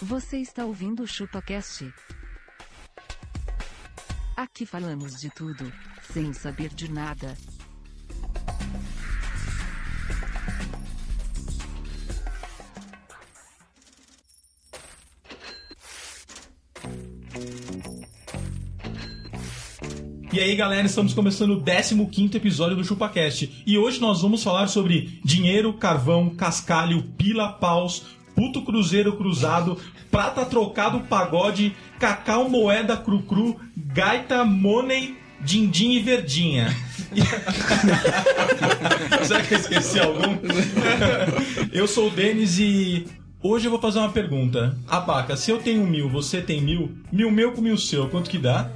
Você está ouvindo o ChupaCast? Aqui falamos de tudo, sem saber de nada. E aí, galera, estamos começando o 15º episódio do ChupaCast. E hoje nós vamos falar sobre dinheiro, carvão, cascalho, pila, paus, puto cruzeiro cruzado, prata trocado, pagode, cacau, moeda, cru-cru, gaita, money, dindim e verdinha. Será que eu esqueci algum? eu sou o Denis e... Hoje eu vou fazer uma pergunta. Abaca, se eu tenho um mil, você tem mil? Mil meu com mil seu, quanto que dá?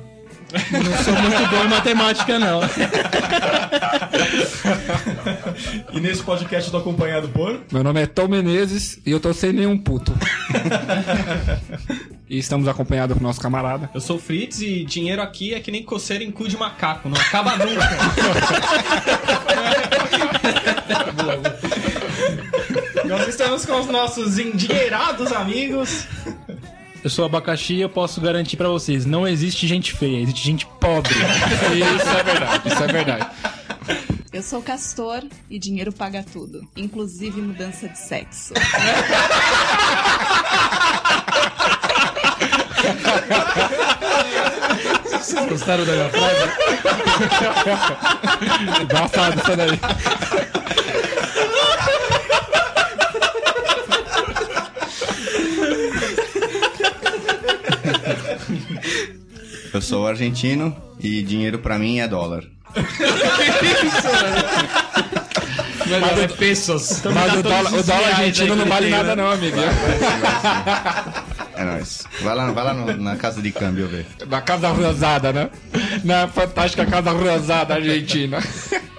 Não sou muito bom em matemática, não. E nesse podcast eu tô acompanhado por. Meu nome é Tom Menezes e eu tô sem nenhum puto. e estamos acompanhados do nosso camarada. Eu sou o Fritz e dinheiro aqui é que nem coceira em cu de macaco, não acaba nunca. Nós estamos com os nossos endinheirados amigos. Eu sou abacaxi e eu posso garantir pra vocês, não existe gente feia, existe gente pobre. Isso é verdade. Isso é verdade. Eu sou castor e dinheiro paga tudo, inclusive mudança de sexo. Gostaram da minha frase? Engraçado essa daí. Eu sou argentino e dinheiro pra mim é dólar. Mas, o- Pesos. mas o, dólar, o dólar argentino não vale nada, não, amigo. É nóis. Vai lá, vai lá no- na casa de câmbio ver. Na Casa Rosada, né? Na fantástica Casa Rosada argentina.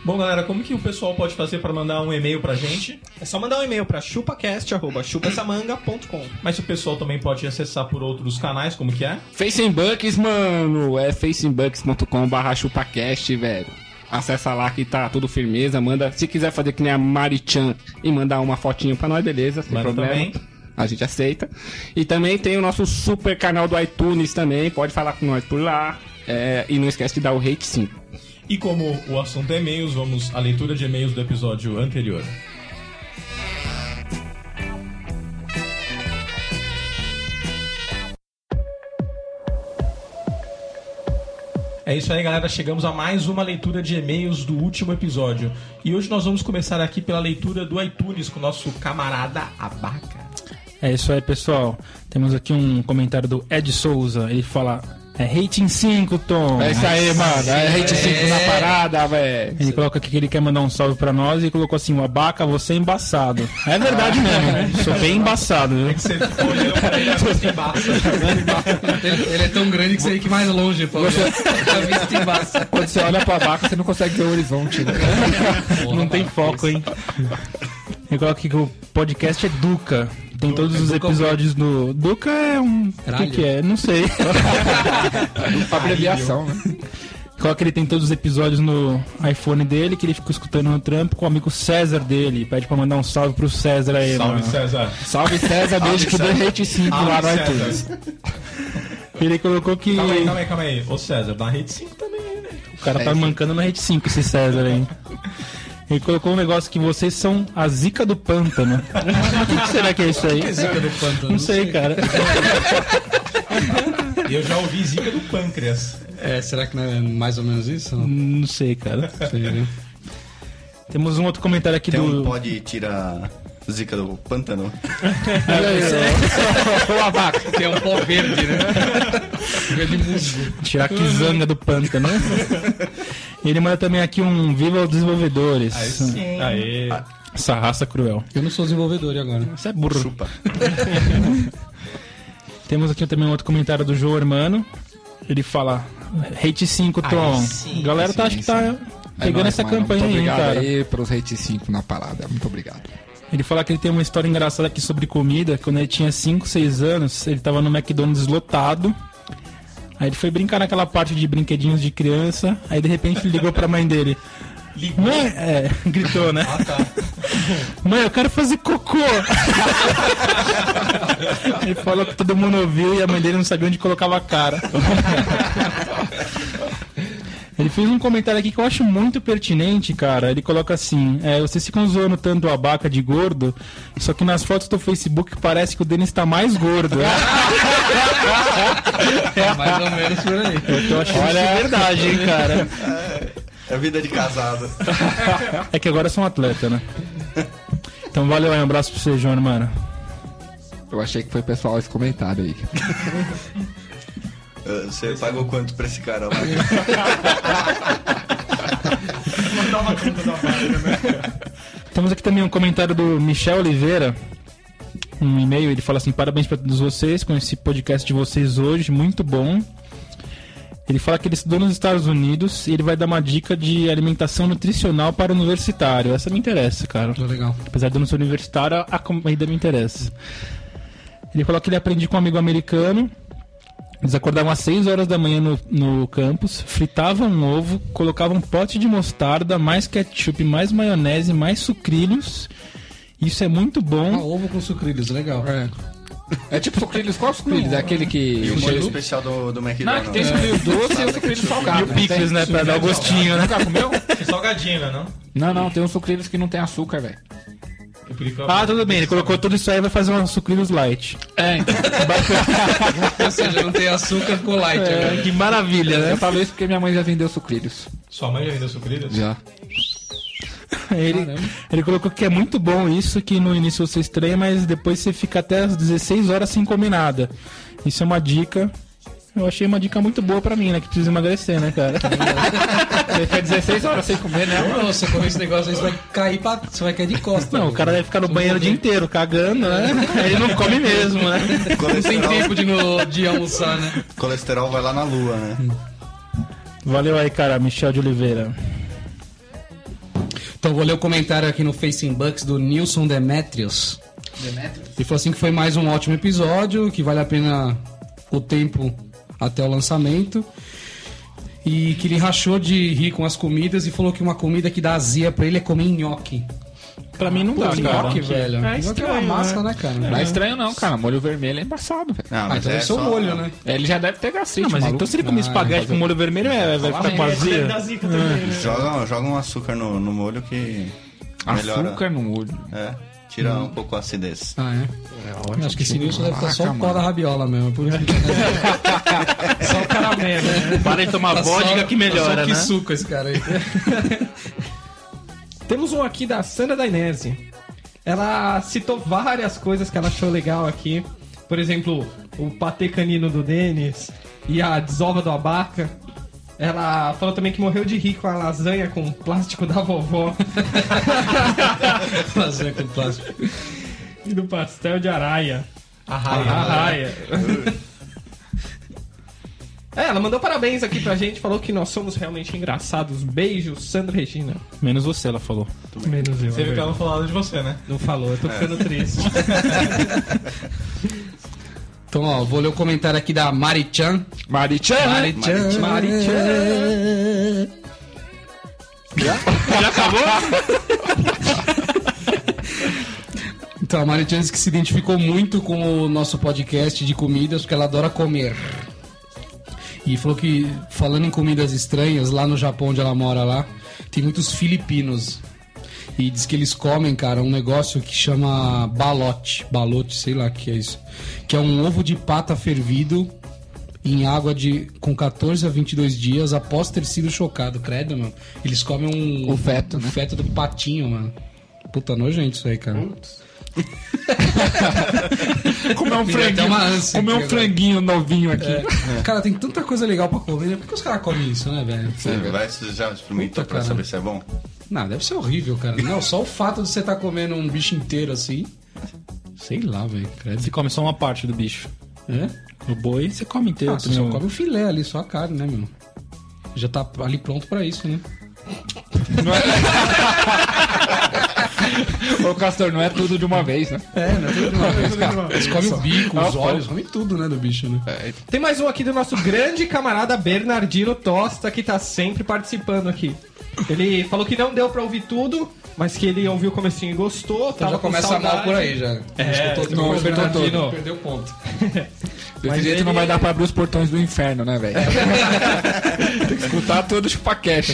Bom, galera, como que o pessoal pode fazer pra mandar um e-mail pra gente? É só mandar um e-mail pra chupacast.chupasamanga.com. Mas o pessoal também pode acessar por outros canais, como que é? Facebooks, mano. É facebooks.com.br chupacast, velho. Acessa lá que tá tudo firmeza. Manda, se quiser fazer que nem a Marichan e mandar uma fotinho pra nós, beleza, sem Manda problema. também. A gente aceita. E também tem o nosso super canal do iTunes também. Pode falar com nós por lá. É, e não esquece de dar o rate 5. E como o assunto é e-mails, vamos à leitura de e-mails do episódio anterior. É isso aí, galera. Chegamos a mais uma leitura de e-mails do último episódio. E hoje nós vamos começar aqui pela leitura do iTunes com o nosso camarada Abaca. É isso aí, pessoal. Temos aqui um comentário do Ed Souza. Ele fala: é rating 5, Tom. É isso aí, mano. É rate 5 na parada, velho. Ele coloca aqui que ele quer mandar um salve pra nós e colocou assim: o abaca, você é embaçado. É verdade mesmo, né? Sou bem embaçado, viu? Você ficou olhando pra ele, agora você embaça. Ele, ele é tão grande que você tem que ir mais longe, pô. Tá visto embaixo. Quando você olha pra vaca, você não consegue ver o horizonte. Né? Não tem foco, hein? Ele coloca aqui que o podcast é Duca. Tem todos os episódios do. Duca é um. O que, Caralho. que é? Não sei. Abreviação, né? Coloca que ele tem todos os episódios no iPhone dele, que ele fica escutando no trampo com o amigo César dele. Pede pra mandar um salve pro César aí, Salve, mano. César. Salve César, beijo que deu rate 5 lá no Salve, iTunes. Ah, César. Ele colocou que. Calma aí, calma aí, calma aí. Ô, César, dá rede 5 também, né? O cara É. tá mancando na rede 5, esse César aí. Ele colocou um negócio que vocês são a zica do pântano. Mas o que, que será que é isso aí? Não sei, cara. Eu já ouvi zica do pâncreas. É, será que não é mais ou menos isso? né? Não sei, cara. Temos um outro comentário aqui Tem do. um pode tirar zica do pântano. Ô, abaca. Tem um pó verde, né? Verde musgo. Tirar que zanga do pântano. né? Ele manda também aqui um Viva os Desenvolvedores. Ah, Aê. Essa raça cruel. Eu não sou desenvolvedor e agora. Isso é burro. Temos aqui também um outro comentário do João Hermano. Ele fala: Hate 5, Ah, Tom. Galera, tá, acho que tá pegando essa campanha É Muito aí, obrigado cara. aí pros rate 5 na parada. Muito obrigado. Ele fala que ele tem uma história engraçada aqui sobre comida. Quando ele tinha 5, 6 anos, ele tava no McDonald's lotado. Aí ele foi brincar naquela parte de brinquedinhos de criança. Aí de repente ele ligou pra mãe dele. Mãe, é, gritou, né? Ah, tá. Mãe, eu quero fazer cocô. Ele falou que todo mundo ouviu e a mãe dele não sabia onde colocava a cara. Ele fez um comentário aqui que eu acho muito pertinente, cara. Ele coloca assim: é, vocês ficam zoando tanto o abaca de gordo, só que nas fotos do Facebook parece que o Denis tá mais gordo. É mais ou menos por aí. Eu tô achando Olha... isso verdade, hein, cara. É vida de casado. É que agora eu sou um atleta, né? Então valeu aí, um abraço pra você, Jônio, mano. Eu achei que foi pessoal esse comentário aí. Eh, Você pagou quanto pra esse cara lá? Mandava conta da vaga, né? Temos aqui também um comentário do Michel Oliveira. Um e-mail, ele fala assim: parabéns pra todos vocês com esse podcast de vocês hoje, muito bom. Ele fala que ele estudou nos Estados Unidos e ele vai dar uma dica de alimentação nutricional para o universitário. Essa me interessa, cara. Tô legal. Apesar de eu não ser universitário, a- a comida me interessa. Ele falou que ele aprendia com um amigo americano. Eles acordavam às 6 horas da manhã no, no campus, fritavam um ovo, colocavam um pote de mostarda, mais ketchup, mais maionese, mais sucrilhos. Isso é muito Ah, bom. ovo com sucrilhos, lelegal. É tipo sucrilhos, qual sucrilhos? É aquele E que... o molho especial do, do Não, McDonald's. É. que tem um sucrilho É. doce e o sucrilho E salgado. o picles, né? Pra dar o gostinho, né? Salgadinho, né? Não? Não, não, tem uns sucrilhos que não tem açúcar, velho. Eu queria é que eu- Ah, tudo bem. Ele colocou tudo isso aí e vai fazer um sucrilhos light. É, então. Ou seja, não tem açúcar, ficou light. né? agora. É, que maravilha, né? Eu falo isso porque minha mãe já vendeu sucrilhos. Sua mãe já vendeu sucrilhos? Já. Ele, ele colocou que é muito bom isso, que no início você estranha, mas depois você fica até às 16 horas sem comer nada. Isso é uma dica. Eu achei uma dica muito boa pra mim, né? Que precisa emagrecer, né, cara? Você fica 16 horas sem comer, né? Não, não, você comer esse negócio aí, você vai cair pra... Você vai cair de costas. Não, o cara deve ficar no banheiro o dia inteiro, cagando, né? Aí ele não come mesmo, né? Não tem Colesterol, tempo de, no- de almoçar, né? colesterol vai lá na lua, né? Hum. Valeu aí, cara, Michel de Oliveira. Então vou ler o comentário aqui no Facing Bucks do Nilson Demetrios. Demetrios? Ele falou assim que foi mais um ótimo episódio, que vale a pena o tempo até o lançamento. E que ele rachou de rir com as comidas e falou que uma comida que dá azia pra ele é comer nhoque. Pra mim não dá, Tá, cara. Nhoque, velho. É nhoque é uma estranho, massa, né, cara? Não é estranho não, cara. Molho vermelho é embaçado, velho. É, Não, é Ah, então deve ser o molho, né? Ele já deve ter gastrite, Não, mas maluco. então se ele comer espaguete com molho vermelho, é, vai ficar com azia. Da zica também, né? Joga, joga um açúcar no, no molho que melhora. Açúcar no molho. É, tira um pouco a acidez. Ah, é? Acho que esse Nilson deve estar só o Caraca, pó da rabiola mesmo. Por isso que Só o caramelo, né? Para de tomar tá só- vodka que melhora, tá né? só que suco esse cara aí. Temos um aqui da Sandra Dainese. Ela citou várias coisas que ela achou legal aqui. Por exemplo, o patê canino do Denis e a desova do abaca. Ela falou também que morreu de rir com a lasanha com plástico da vovó Fazer com plástico. e do pastel de araia. Arraia. Arraia. É, ela mandou parabéns aqui pra gente, falou que nós somos realmente engraçados. Beijo, Sandra Regina. Menos você, ela falou. Menos eu. Você viu que ela não falou nada de você, né? Não falou, eu tô ficando triste. Então, ó, vou ler o comentário aqui da Mari-chan. Marichan, né? Mari-chan. Já acabou? Então, a Mari Chan disse que se identificou muito com o nosso podcast de comidas, porque ela adora comer. E falou que, falando em comidas estranhas, lá no Japão, onde ela mora lá, tem muitos filipinos. E diz que eles comem, cara, um negócio que chama balote. Balote, sei lá o que é isso. Que é um ovo de pata fervido em água de com 14 a 22 dias após ter sido chocado. Credo, mano. Eles comem um... O feto, o né? feto do patinho, mano. Puta, nojento isso aí, cara. Comer um Me deu até franguinho. uma ânsia Comer aqui um agora. É. franguinho novinho aqui. Cara, tem tanta coisa legal pra comer, né? Por que os caras comem isso, né, velho? Você vai, você já experimentou Puta, pra cara. saber se é bom? Não, deve ser horrível, cara. Não, só o fato de você estar comendo um bicho inteiro assim. Sei lá, velho. Credo. Você come só uma parte do bicho. É? O boi você come inteiro. Ah, você só também. come o filé ali, só a carne, né, meu? Já tá ali pronto pra isso, né? Ô, Castor, não é tudo de uma vez, né? É, né? Eles comem o bico, os olhos, comem tudo, né, do bicho, né? Tem mais um aqui do nosso grande camarada Bernardino Tosta, que tá sempre participando aqui. Ele falou que não deu pra ouvir tudo, mas que ele ouviu o comecinho e gostou. Então tava já com começa saudade. mal por aí, já. É, Escutou não, tudo, escutou Bernardino. tudo. Perdeu ponto. Desse Mas jeito ele- não vai dar pra abrir os portões do inferno, né, velho? Tem que escutar todo o chupacast.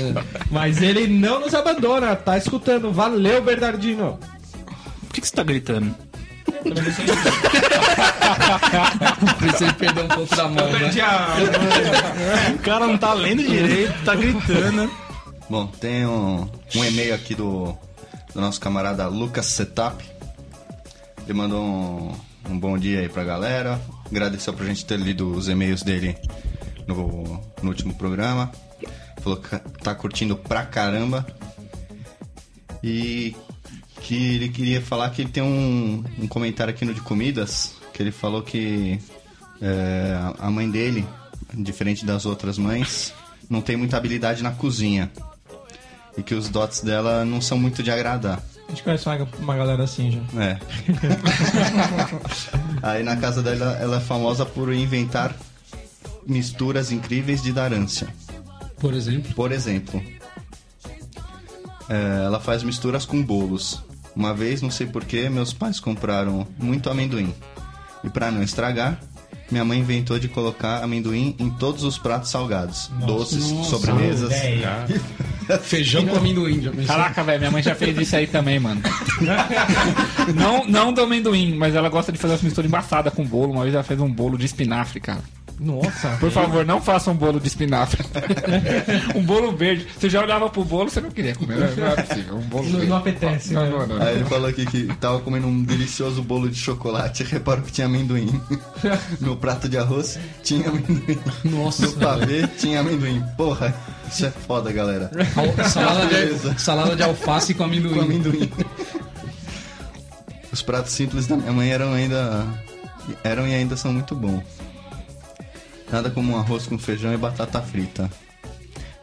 Mas ele não nos abandona, tá escutando. Valeu, Bernardino. Por que, que você tá gritando? Precisa perder um ponto da mão, né? O cara não tá lendo direito, tá gritando. Bom, tem um, um e-mail aqui do, do nosso camarada Lucas Setup. Ele mandou um, um bom dia aí pra galera. Agradeceu pra gente ter lido os e-mails dele no, no último programa. Falou que tá curtindo pra caramba. E que ele queria falar que ele tem um, um comentário aqui no de comidas, que ele falou que é, a mãe dele, diferente das outras mães, não tem muita habilidade na cozinha. E que os dots dela não são muito de agradar. A gente conhece uma, uma galera assim já. É. Aí na casa dela ela é famosa por inventar misturas incríveis de darância. Por exemplo. Por exemplo, é, ela faz misturas com bolos. Uma vez, não sei porquê, meus pais compraram muito amendoim. E para não estragar, minha mãe inventou de colocar amendoim em todos os pratos salgados, doces, sobremesas. Feijão com amendoim, já pensou? Caraca, velho, minha mãe já fez isso aí também, mano. não, não do amendoim, mas ela gosta de fazer as misturas embaçadas com bolo. Uma vez ela fez um bolo de espinafre, cara. Nossa. Por favor, não faça um bolo de espinafre. um bolo verde. Você já olhava pro bolo, você não queria comer. Não, não é possível. Um bolo Não, verde. não apetece, Não, né? não, não. Aí ele falou aqui que tava comendo um delicioso bolo de chocolate e reparou que tinha amendoim. No prato de arroz tinha amendoim. Nossa, No pavê tinha amendoim. Porra, isso é foda, galera. Al- Salada de, Beleza. salada de alface com amendoim. Com amendoim. Os pratos simples da minha mãe eram ainda. eram e ainda são muito bons. Nada como um arroz com feijão e batata frita.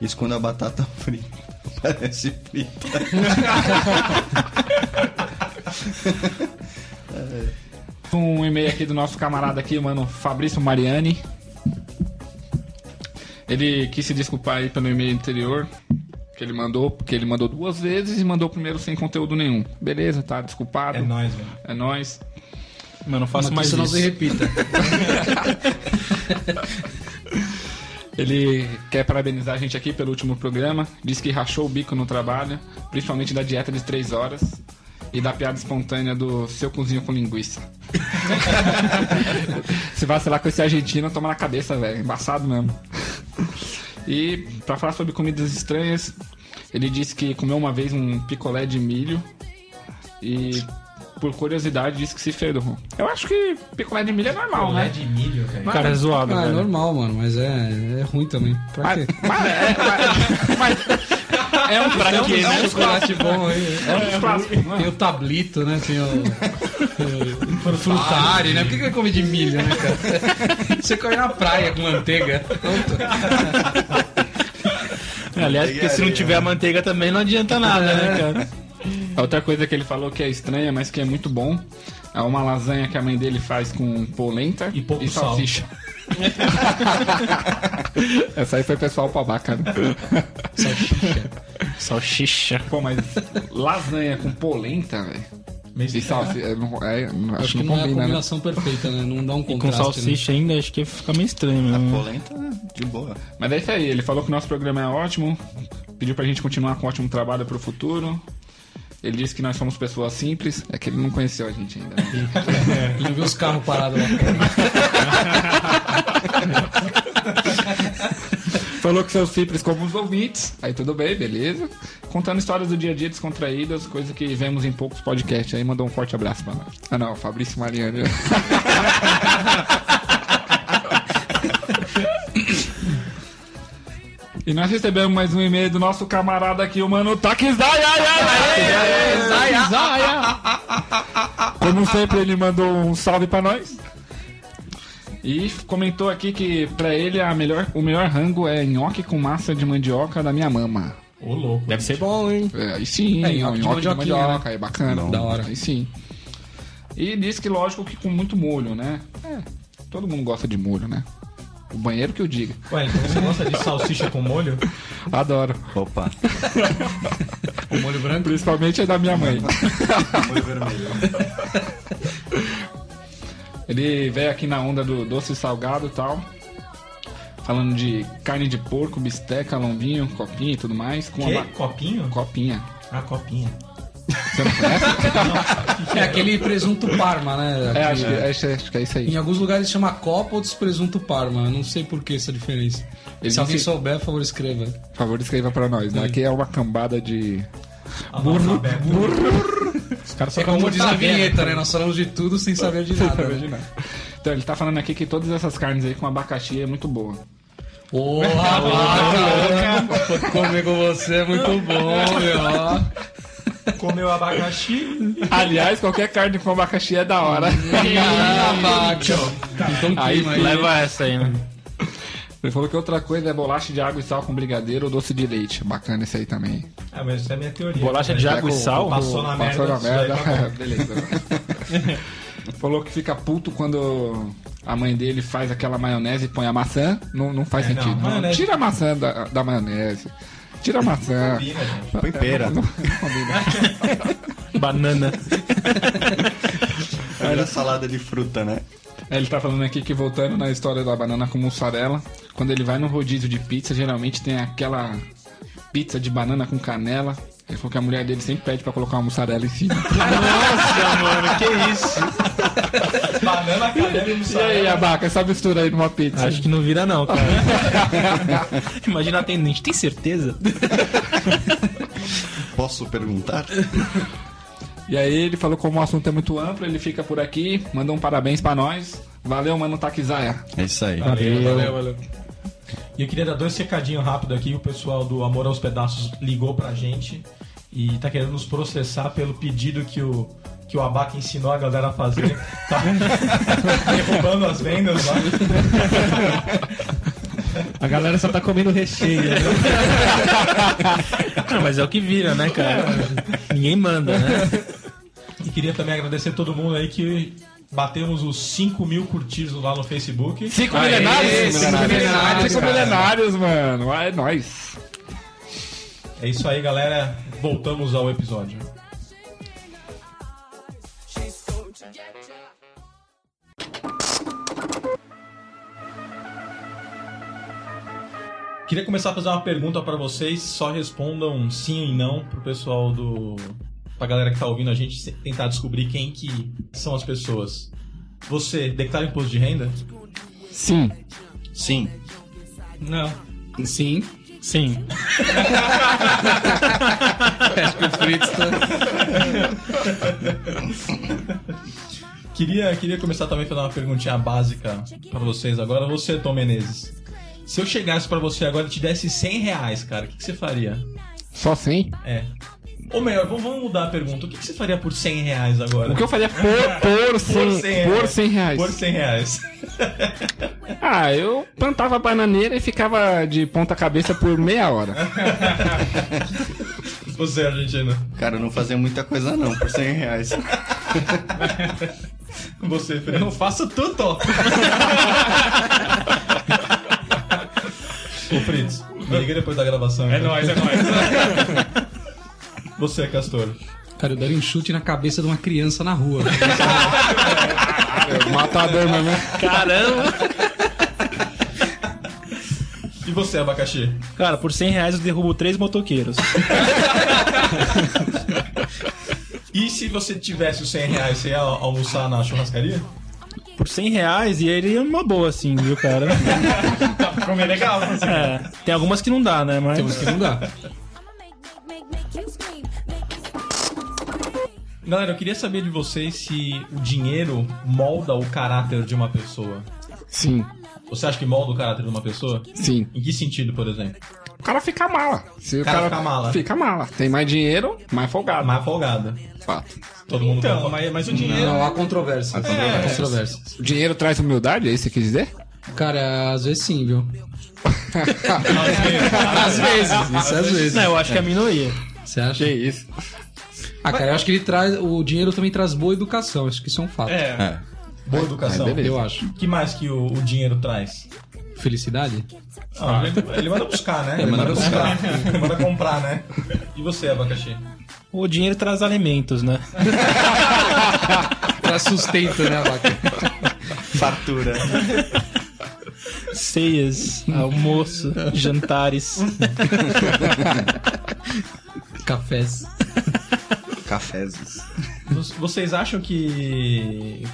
Isso quando a batata frita parece frita. Um e-mail aqui do nosso camarada aqui, mano, Fabrício Mariani. Ele quis se desculpar aí pelo e-mail anterior que ele mandou, porque ele mandou duas vezes e mandou o primeiro sem conteúdo nenhum. Beleza, tá desculpado. É nóis, velho. É nóis. Mano, não faço Mas mais isso não se isso. repita. Ele quer parabenizar a gente aqui pelo último programa. Diz que rachou o bico no trabalho, principalmente da dieta de 3 horas e da piada espontânea do seu cozinho com linguiça. Se vacilar com esse argentino, toma na cabeça, velho. Embaçado mesmo. E pra falar sobre comidas estranhas, ele disse que comeu uma vez um picolé de milho e. Por curiosidade, disse que se ferrou. Eu acho que picolé de milho é normal, né? de milho, velho. Cara, é zoado, Ah, é velho. normal, mano, mas é, é ruim também. Pra quê? Mas, mas é, mas- mas é um é um- Tem é um um dos clássicos, chocolate bom aí. é um dos clássicos, não é? Tem o tablito, né? Tem o. o frutari, né? Por que que eu comi de milho, né, cara? Você come na praia com manteiga. Pronto. Aliás, porque se não tiver a manteiga também não adianta nada, É. né, cara? A Outra coisa que ele falou que é estranha, mas que é muito bom, é uma lasanha que a mãe dele faz com polenta E pouco sal. salsicha. Essa aí foi pessoal pra né? bacar. Salsicha. Pô, mas lasanha com polenta, velho. E salsicha, é, não- é, não- acho, Acho que que não não é a combina, né? combinação perfeita, né? Não dá um E com contraste. salsicha ainda, acho que fica meio estranho A Tá mesmo. polenta, né? de boa. Mas é isso aí, ele falou que o nosso programa é ótimo, pediu pra gente continuar com um ótimo trabalho pro futuro. Ele disse que nós somos pessoas simples, é que ele não conheceu a gente ainda. né? Né? Não viu os carros parados lá. falou que são simples como os ouvintes, aí tudo bem, beleza. Contando histórias do dia a dia descontraídas, coisa que vemos em poucos podcasts. Aí mandou um forte abraço pra nós. Ah não, Fabrício Mariano. E nós recebemos mais um e-mail do nosso camarada aqui, o mano Takizai. ai, ai, ai, ai, ai, ai, ai, ai. Como sempre, ele mandou um salve pra nós. E comentou aqui que pra ele a melhor, o melhor rango é nhoque com massa de mandioca da minha mama. Ô, louco. Deve ser bom, hein? É, aí sim, É, é, nhoque de nhoque de mandioquinha, mandioca, é bacana. Da hora. Aí sim. E diz que lógico que com muito molho, né? É, todo mundo gosta de molho, né? O banheiro que eu diga. Ué, então você gosta de salsicha com molho? Adoro. Opa, O molho branco. Principalmente a da minha mãe. molho vermelho. Ele veio aqui na onda do doce e salgado e tal. Falando de carne de porco, bisteca, lombinho, copinha e tudo mais. Com Quê? uma Copinho? copinha. Ah, copinha. É aquele presunto parma, né? É, acho que, Aquele- acho- acho que é isso Em aí. alguns lugares chama copa, outros presunto parma. Eu não sei por que essa diferença. Eles Se alguém dizem- souber, por favor, escreva. Por favor, escreva pra nós, né? Aqui é uma cambada de. Burro. Burro. Os caras só É como comem diz a vinheta, né? Nós falamos de tudo sem saber de nada. né? Então, ele tá falando aqui que todas essas carnes aí com abacaxi é muito boa. Ô, rapaz, comer com você é muito bom, meu. Comeu abacaxi. Aliás, qualquer carne com abacaxi é da hora. Hum. Caramba, Então Aí clima aí. Leva essa aí, né? Ele falou que outra coisa é bolacha de água e sal com brigadeiro ou doce de leite. Bacana esse aí também. Ah, mas isso é minha teoria. Bolacha de Né? água e sal? Passou na merda. Passou na isso daí merda. tá bom. Beleza. falou que fica puto quando a mãe dele faz aquela maionese e põe a maçã. Não, não faz É, não, sentido. Não, maionese- Tira a maçã da, da maionese. Tira a maçã. Combina, gente. Põe pera. Banana. Era salada de fruta, né? Aí Ele tá falando aqui que voltando na história da banana com mussarela, quando ele vai no rodízio de pizza, geralmente tem aquela pizza de banana com canela. Ele falou que a mulher dele sempre pede pra colocar uma mussarela em cima. Banana, canela e e aí, mussarela. abaca, essa mistura aí numa pizza. Acho que não vira, não, cara. Imagina a atendente, tem certeza? Posso perguntar? E aí ele falou como o assunto é muito amplo, ele fica por aqui, manda um parabéns pra nós. Valeu, mano Takizaya. É isso aí. Valeu, valeu. E eu queria dar dois recadinhos rápido aqui. O pessoal do Amor aos Pedaços ligou pra gente e tá querendo nos processar pelo pedido que o, que o Abaca ensinou a galera a fazer. Tá derrubando as vendas lá. A galera só tá comendo recheio. né? Não, mas é o que vira, né, cara? Ninguém manda, né? E queria também agradecer todo mundo aí que batemos os 5 mil curtidos lá no Facebook. Cinco milenários? cinco milenários, Cinco cara. milenários, mano. É nóis. É isso aí, galera. Voltamos ao episódio. Queria começar a fazer uma pergunta pra vocês, só respondam sim e não pro pessoal do. pra galera que tá ouvindo a gente se- tentar descobrir quem que são as pessoas. Você declara imposto de renda? Sim. Sim. Sim, Sim. acho que o Fritz tá... Queria, queria começar também fazendo uma perguntinha básica pra vocês agora. Você, Tom Menezes. Se eu chegasse pra você agora e te desse 100 reais, cara, o que, que você faria? Só sim? É. Ou melhor, vamos, vamos mudar a pergunta. O que, que você faria por 100 reais agora? O que eu faria por, por, cem- por 100 reais? é. Por 100 reais. Ah, eu plantava bananeira e ficava de ponta cabeça por meia hora. Você, Argentina. Cara, eu não fazia muita coisa não, por 100 reais. Você, Fred. Eu faço tudo, ó. Ô, Fritz, me liga depois da gravação. É nóis, é nóis. Você, Castor. Cara, eu daria um chute na cabeça de uma criança na rua. Matar a dama, né? Caramba! E você, Abacaxi? Cara, por 100 reais eu derrubo três motoqueiros. E se você tivesse os 100 reais, você ia almoçar na churrascaria? Por 100 reais e ele é uma boa, assim, viu, cara? Comer legal, você. É, tem algumas que não dá, né? Mas. Temos é que mudar. Galera, eu queria saber de vocês se o dinheiro molda o caráter de uma pessoa. Sim, Você acha que molda o caráter de uma pessoa? sim. Em que sentido, por exemplo? O cara fica mala. Se o Cara cara, fica mala. Fica mala. Tem mais dinheiro, mais folgado. Ah, Mais folgada. Fato. Todo mundo então, mas, o dinheiro. Não, há controvérsia. Há controvérsia. Há controvérsia. O dinheiro traz humildade, é isso que você quis dizer? Cara, às vezes sim, viu? Às vezes. Isso às vezes. Não, eu acho que é a minoria. Você acha? isso. Ah, cara, eu acho que ele traz. O dinheiro também traz boa educação. Acho que isso é um fato. É. Boa educação. Aí, beleza. Eu acho. O que mais que o, o dinheiro traz? Felicidade? Ah, ele, ele manda buscar, né? Ele manda buscar. comprar. manda comprar, né? E você, abacaxi? O dinheiro traz alimentos, né? Pra sustento, né, Vaca? Fartura. Ceias, almoço, jantares. Cafés. Cafézes. Vocês acham que.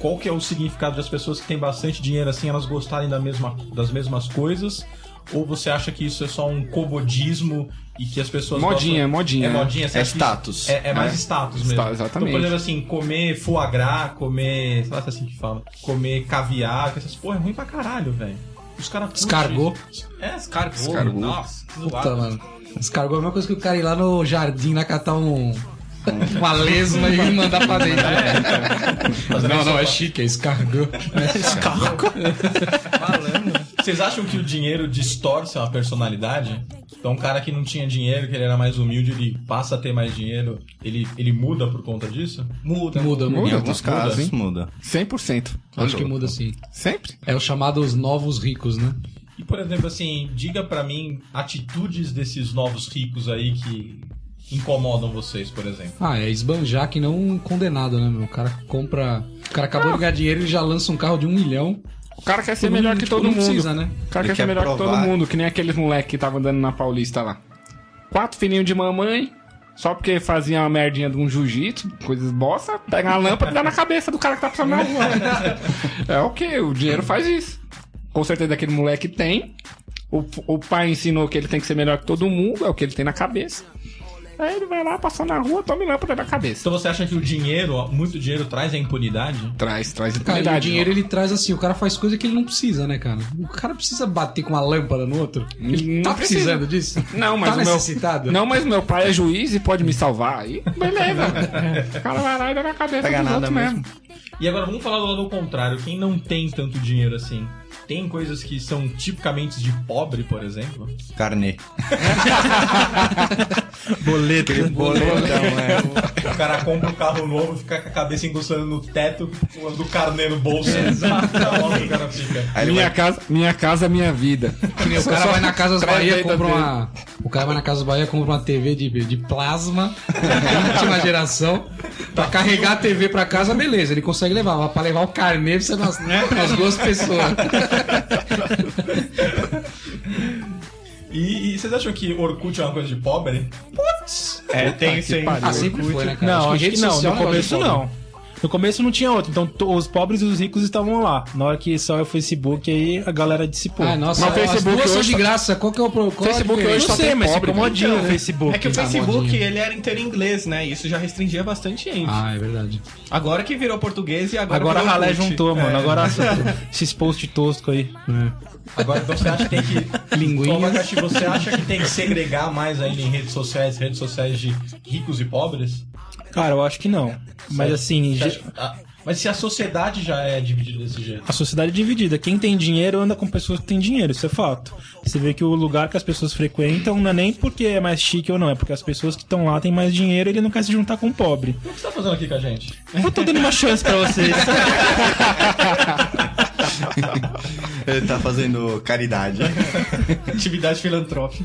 Qual que é o significado das pessoas que têm bastante dinheiro assim, elas gostarem da mesma, das mesmas coisas? Ou você acha que isso é só um comodismo e que as pessoas. Modinha, gostam... modinha. É modinha, você É acha que status. isso É, é mais É. status mesmo. Status, exatamente. Então, por exemplo, assim, comer foie gras, comer. Sei lá se é assim que fala. Comer caviar, que essas porra é ruim pra caralho, velho. Os caras. curtem Escargot. isso. É, Cargo, Escargot. nossa, que Puta, zoado. mano. Descargou a mesma coisa que o cara ir lá no jardim, lá catar um. Uma lesma e mandar pra dentro. Não, não, é chique, é escargou. Vocês acham que o dinheiro distorce uma personalidade? Então, um cara que não tinha dinheiro, que ele era mais humilde, ele passa a ter mais dinheiro, ele, ele muda por conta disso? Então, Muda, muda, Em muda. alguns assim. casos, hein? assim? muda. 100%. Acho que assim. muda sim. Sempre? É o chamado os novos ricos, né? E, por exemplo, assim, diga pra mim atitudes desses novos ricos aí que incomodam vocês, por exemplo. Ah, é esbanjar que não um condenado, né, meu? O cara compra. O cara acabou de ganhar dinheiro e já lança um carro de um milhão. O cara quer ser é melhor que Tipo, todo não mundo. precisa, né? O cara Ele quer ser quer melhor que provar. todo mundo, que nem aqueles moleque que tava andando na Paulista lá. Quatro filhinhos de mamãe, só porque fazia uma merdinha de um jiu-jitsu, coisas bosta, pega uma lâmpada e dá na cabeça do cara que tá passando na rua. é o que? O dinheiro faz isso. Com certeza aquele moleque tem. O, o pai ensinou que ele tem que ser melhor que todo mundo, é o que ele tem na cabeça. Aí ele vai lá, passou na rua, toma lâmpada na cabeça. Então, você acha que o dinheiro, muito dinheiro, traz a impunidade? Traz, traz Cara, e o impunidade. dinheiro ele traz assim, o cara faz coisa que ele não precisa, né, cara? O cara precisa bater com uma lâmpada no outro. Ele Não tá precisa. precisando disso? Não, mas tá o meu- necessitado? Não, mas meu pai é juiz e pode me salvar. Aí, beleza. É. O cara vai lá e dá na cabeça Pega dos nada outros mesmo. E agora vamos falar do lado contrário. Quem não tem tanto dinheiro assim? Tem coisas que são tipicamente de pobre, por exemplo? Carnê. Boleto. Aquele boletão, é. O cara compra um carro novo, fica com a cabeça encostando no teto do carnê no bolso. Exato. o cara fica. Aí ele Minha vai... casa, minha casa, minha vida. Que nem O cara vai na Casas traz Bahia, aí da compra dele. uma. O cara vai na Casas Bahia, compra uma TV de, de plasma, de última geração. Pra carregar a TV pra casa, beleza, ele consegue levar. Mas pra levar o carnê, precisa das, das né? duas pessoas. E, e vocês acham que Orkut é uma coisa de pobre? É, tem isso aí. Ah, sempre foi, né, cara? Não, acho rede que não. social No é um negócio começo de pobre. não. No começo não tinha outro, então to- os pobres e os ricos estavam lá. Na hora que saiu o Facebook, aí a galera dissipou. Ah, nossa, Mas o as Facebook duas são hoje de só- graça. Qual que é o pro- qual a Facebook eu hoje diferença? não só sei, tem mas pobre, ficou modinho então, o né? Facebook. É que o Tá, Facebook, modinha. ele era inteiro em inglês, né? Isso já restringia bastante gente. Ah, é verdade. Agora que virou português e agora Agora a virou ralé um Orkut. juntou, É. mano. Agora esses posts tosco aí. Agora então você acha que tem que. Linguinhas. Toma, Kashi, você acha que tem que segregar mais ainda em redes sociais, redes sociais de ricos e pobres? Cara, eu acho que não. Mas assim, Você ge- acha- ah, Mas se a sociedade já é dividida desse jeito. a sociedade é dividida. Quem tem dinheiro anda com pessoas que têm dinheiro, isso é fato. Você vê que o lugar que as pessoas frequentam não é nem porque é mais chique ou não, é porque as pessoas que estão lá têm mais dinheiro e ele não quer se juntar com o pobre. O que você tá fazendo aqui com a gente? Eu tô dando uma chance pra vocês. Ele tá fazendo caridade. Atividade filantrópica.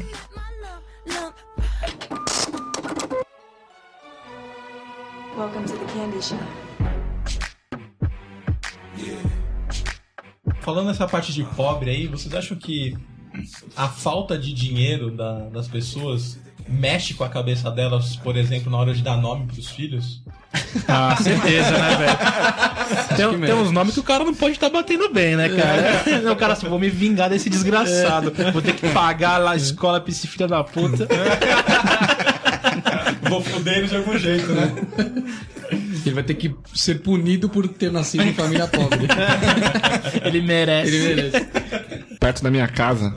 Welcome to the candy shop. Falando nessa parte de pobre aí, vocês acham que a falta de dinheiro da- das pessoas mexe com a cabeça delas, por exemplo, na hora de dar nome pros filhos? Ah, certeza, né, velho? Tem, tem uns nomes que o cara não pode estar batendo bem, né, cara? O cara assim, vou me vingar desse desgraçado. Vou ter que pagar lá a escola pra esse filho da puta. Vou foder eles de algum jeito, né? Ele vai ter que ser punido por ter nascido em família pobre. Ele merece. Ele merece. Perto da minha casa,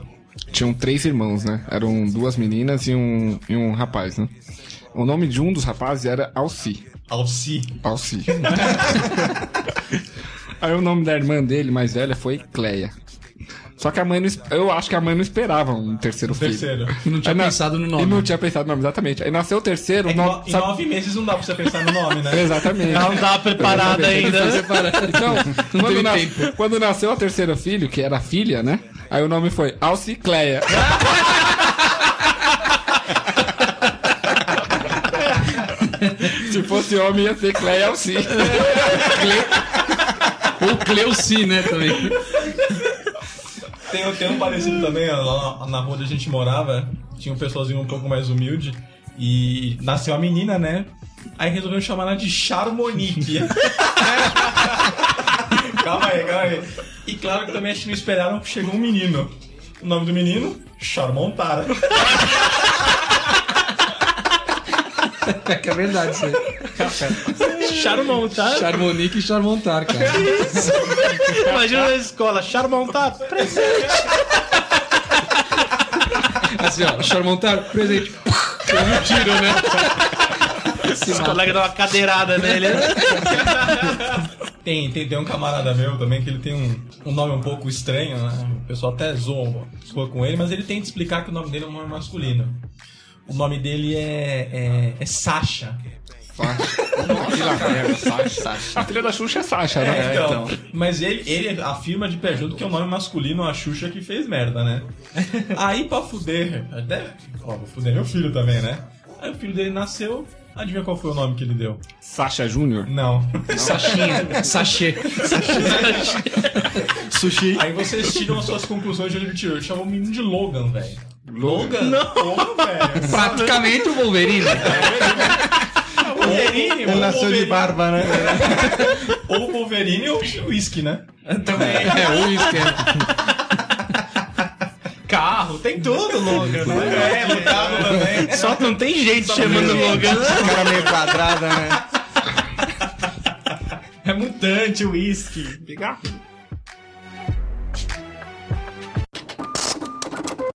tinham três irmãos, né? Eram duas meninas e um, e um rapaz, né? O nome de um dos rapazes era Alci. Alci. Alci. Aí o nome da irmã dele, mais velha, foi Cleia. Só que a mãe não, es- eu acho que a mãe não esperava um terceiro filho. Terceiro. E não tinha Aí na- pensado no nome. E não tinha pensado no nome, exatamente. Aí nasceu o terceiro, É que no- no- em sabe- nove meses não dá pra você pensar no nome, né? Exatamente. Não tá preparado ainda. né? Então, teve quando, nas- tempo. quando nasceu a terceira filho, que era filha, né? Aí o nome foi Alcicleia. Se fosse homem, ia ser Cleia Alci. Ou Cleuci, né, também. Tem, tem um parecido também, ó, lá na- na rua onde a gente morava, tinha um pessoalzinho um pouco mais humilde, e nasceu a menina, né? Aí resolveu chamar ela de Charmonique. calma aí, calma aí. E claro que também acho que não esperaram que chegou um menino. O nome do menino? Charmontara. É que é verdade isso aí. Charmontar. Charmonique e Charmontar, cara. Imagina na escola, Charmontar. Assim, ó, Charmontar, presente. Tem um tiro, né? Os colegas dão uma cadeirada nele. Tem, tem, tem um camarada meu também que ele tem um, um nome um pouco estranho, né? O pessoal até zoa, zoa com ele, mas ele tenta explicar que o nome dele é um nome masculino. O nome dele é, é, é Sasha. A filha da Xuxa é Sasha, né? É, então. Mas ele, ele afirma de pé junto que é um nome masculino, a Xuxa que fez merda, né? Aí pra fuder, até. Ó, vou fuder meu filho também, né? Aí o filho dele nasceu, adivinha qual foi o nome que ele deu? Sasha Júnior. Não. Sachinha. Sachê. Sushi. Aí vocês tiram as suas conclusões de onde ele tirou. Ele chamou o menino de Logan, velho. Logan? Não! Como, velho? Praticamente o Wolverine. O Wolverine, Ele ou nasceu de Wolverine- barba, né? Ou o Wolverine ou o Whisky, né? Também. É, o esquema. Carro, tem tudo, Logan. né? É, lutado também. É Só não tem jeito chamando Logan. Cara meio quadrada, né? É mutante, uísque.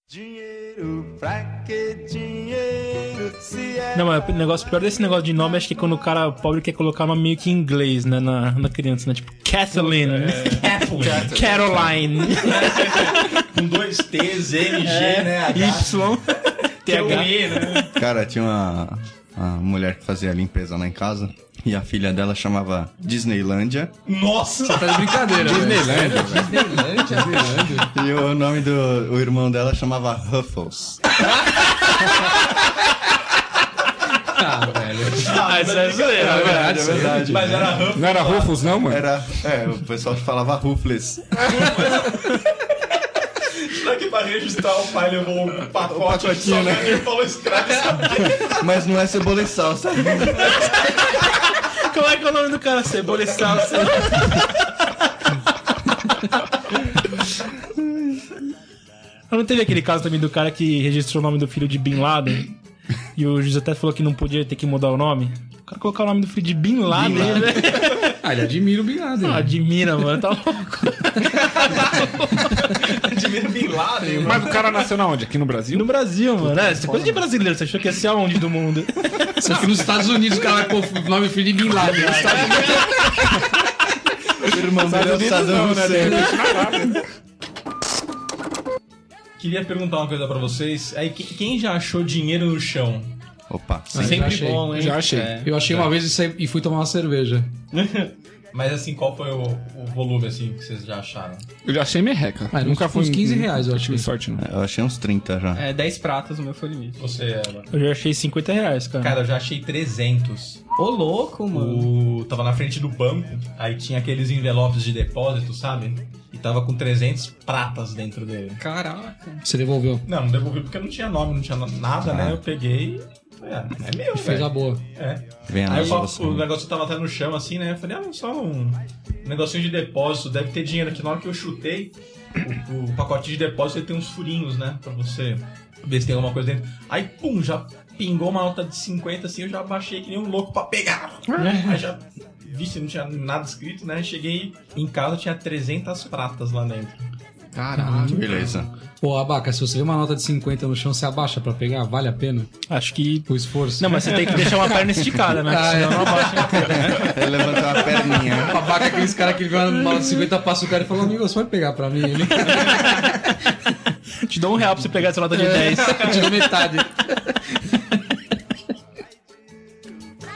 Dinheiro, pra que dinheiro? Se é Não, mas o negócio pior desse negócio de nome acho que é quando o cara pobre quer colocar nome meio que em inglês, né? Na, na criança, né? Tipo, Kathleen, É. Caroline, Com dois T's, N, G, É. né? Y, TH. E, né? Cara, tinha uma, uma mulher que fazia limpeza lá em casa e a filha dela chamava Disneylândia. Nossa! Tá de brincadeira, Disneylândia, velho. Disneylândia, Disneylândia. E o nome do o irmão dela chamava Ruffles. Ah, velho. Ah, isso é zoeira, velho. verdade, é verdade. Mas era Ruff. Não era Rufus, não, mano? Era, é, o pessoal falava Ruffles. Será que pra registrar o pai levou um pacote Um pacotinho, de salgadinho né? e falou escravo? Mas não é cebola e salsa. Como é que é o nome do cara? Cebola e salsa. Não teve aquele caso também do cara que registrou o nome do filho de Bin Laden? E o juiz até falou que não podia ter que mudar o nome. O cara colocar o nome do filho de Bin Laden, né? Ah, ele admira o Bin Laden. Admira, mano. Tá louco. Admira Bin Laden, mano. Mas o cara nasceu na onde? Aqui no Brasil? No Brasil, mano. É, essa coisa de brasileiro. Você achou que ia ser aonde do mundo? Só que nos Estados Unidos o cara vai pôr o nome filho de Bin Laden. né? O irmão dela é o Saddam né? Hussein. Queria perguntar uma coisa pra vocês. Aí, que- quem já achou dinheiro no chão? Opa, já É, Sempre achei, bom, hein? já achei. É. Eu achei uma vez e saí- e fui tomar uma cerveja. Mas assim, qual foi o, o volume assim que vocês já acharam? Eu já achei merreca. Ah, Nunca uns- fui. uns 15 reais, eu acho tive que- sorte, não. eu achei uns 30 já. É, 10 pratas, o meu foi o limite. Você, é, Eva? Eu já achei 50 reais, cara. Cara, eu já achei 300. Ô, louco, mano. O... Tava na frente do banco, aí tinha aqueles envelopes de depósito, sabe? E tava com 300 pratas dentro dele. Caraca. Você devolveu. Não, não devolvi porque não tinha nome, não tinha na- nada, né? Eu peguei e falei, ah, é meu, Fez a velho. boa. É. Vem a Aí eu nossa falo, o né? versão. negócio tava até no chão, assim, né? Eu falei, ah, só um um negocinho de depósito, deve ter dinheiro aqui. Na hora que eu chutei, o, o pacote de depósito ele tem uns furinhos, né? Pra você ver se tem alguma coisa dentro. Aí, pum, já pingou uma nota de 50, assim, eu já baixei que nem um louco pra pegar. Aí já vi se não tinha nada escrito, né? Cheguei em casa, tinha 300 pratas lá dentro. Caralho. Beleza. Pô, Abaca, se você vê uma nota de 50 no chão, você abaixa pra pegar? Vale a pena Acho que. o esforço? Ah, é. Não, mas você tem que deixar uma perna esticada, né? Porque Senão não abaixa. levantou a perninha. Babaca, é aqueles caras que vão mal de 50 passa o cara e fala, amigo, você pode pegar pra mim? Ele... Te dou um real pra você pegar essa nota É. de é 10. Te dou metade.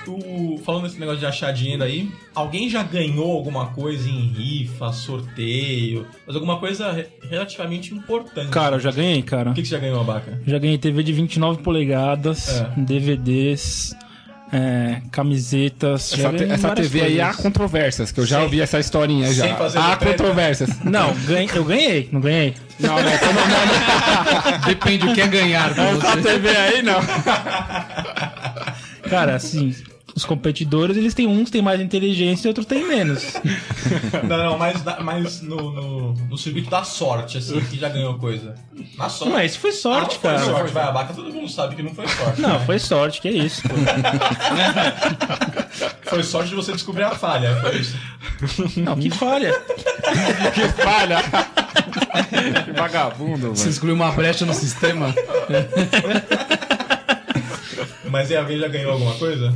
O- falando desse negócio de achar dinheiro aí, alguém já ganhou alguma coisa em rifa, sorteio, mas alguma coisa re- relativamente importante. Cara, eu já ganhei, cara. O que, que você já ganhou, Abaca? Já ganhei TV de 29 polegadas, É. DVDs, é, camisetas. já Essa, te- ganhei essa várias TV aí é há coisas. controvérsias, que eu já ouvi essa historinha Sem já. fazer Há matéria. controvérsias. Não, ganhei, eu ganhei, não ganhei. Não, não, então não, Depende do que é ganhar pra Essa você. TV aí não. Cara, assim, os competidores, eles têm uns têm mais inteligência e outros têm menos. não, não, mas, da- mas no, no, no circuito da sorte, assim, que já ganhou coisa. Na sorte. Não, esse foi sorte, Ah, não foi cara. sorte, vai, Abaca, todo mundo sabe que não foi sorte. Não, né? foi sorte, que é isso. pô. Foi sorte de você descobrir a falha, foi isso. Não, que falha. Que falha. Que vagabundo, Você mano. excluiu uma brecha no sistema. Mas e alguém já ganhou alguma coisa?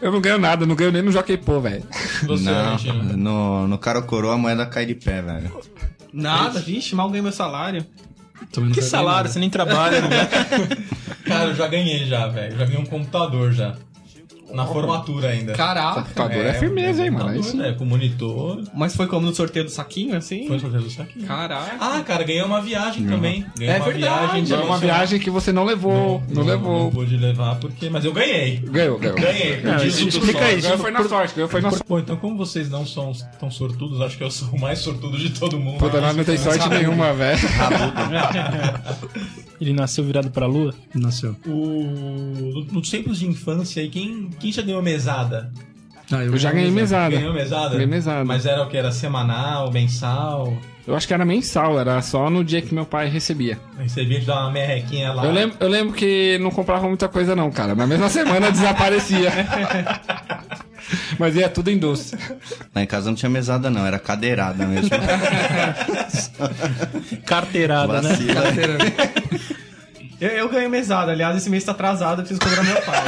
Eu não ganho nada, não ganho nem no Jockey Pô, velho. Você, Não, Valentino? no, no cara ou coroa a moeda cai de pé, velho. Nada, vixe, mal ganho meu salário. Que salário, você nem trabalha. né? Cara, eu já ganhei já, velho. Já ganhei um computador já. Na formatura ainda. Caraca. Computador é, firmeza, hein, mano. Isso. É, com monitor. Mas foi como no sorteio do saquinho, assim? Foi sorteio do saquinho. Caraca. Ah, cara, ganhei uma viagem também. Ganhei É uma verdade, viagem. É uma viagem que você não levou. Não, Não, levou. Não pude levar porque. Mas eu ganhei. Ganhou, ganhou. Ganhei. Não, Diz isso o explica pessoal. isso. Ganhou foi na sorte, ganhou foi na sorte. Pô, então como vocês não são tão sortudos, acho que eu sou o mais sortudo de todo mundo. Puta, nós não tem sorte nenhuma, velho. né? Ele nasceu virado pra lua. Nasceu. O... Nos tempos de infância, aí, quem, quem já ganhou mesada? Ah, Eu já ganhei mesada. Ganhou mesada? Ganhei mesada. Mas era o que? Era semanal, mensal? Eu acho que era mensal, era só no dia que meu pai recebia. Recebia de dar uma merrequinha lá. Eu lembro, eu lembro que não comprava muita coisa não, cara. Na mesma semana desaparecia. Mas ia tudo em doce. Lá em casa não tinha mesada, não, era cadeirada mesmo. Carteirada, né? Vacila. Eu, eu ganho mesada, aliás, esse mês tá atrasado, eu preciso cobrar meu pai.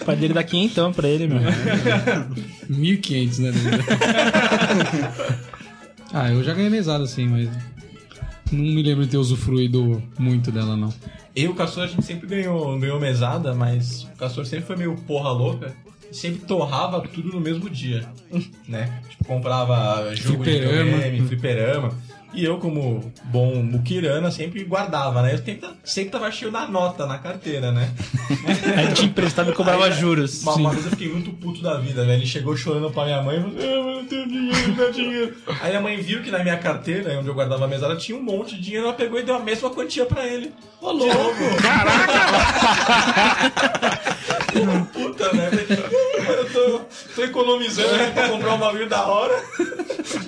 O pai dele dá quinhentão pra ele, meu. 1.500, né? Dudu? ah, eu já ganhei mesada, sim, mas... Não me lembro de ter usufruído muito dela, não. Eu e o Castor, a gente sempre ganhou, ganhou mesada, mas o Castor sempre foi meio porra louca. e Sempre torrava tudo no mesmo dia, né? Tipo, comprava jogo Fliperama. de videogame, fliperama. E eu, como bom muquirana, sempre guardava, né? Eu sempre, sempre tava cheio da nota na carteira, né? Aí é te emprestava e cobrava juros. Uma, uma vez eu fiquei muito puto da vida, velho. Ele chegou chorando pra minha mãe e falou: assim, "Ah, Eu não tenho dinheiro, não tenho dinheiro. Aí minha mãe viu que na minha carteira, onde eu guardava a mesada, tinha um monte de dinheiro. Ela pegou e deu a mesma quantia pra ele. Ô, louco! Caraca! Puta, né? Eu falei, "Mano, Eu tô, tô economizando né, pra comprar um bagulho da hora.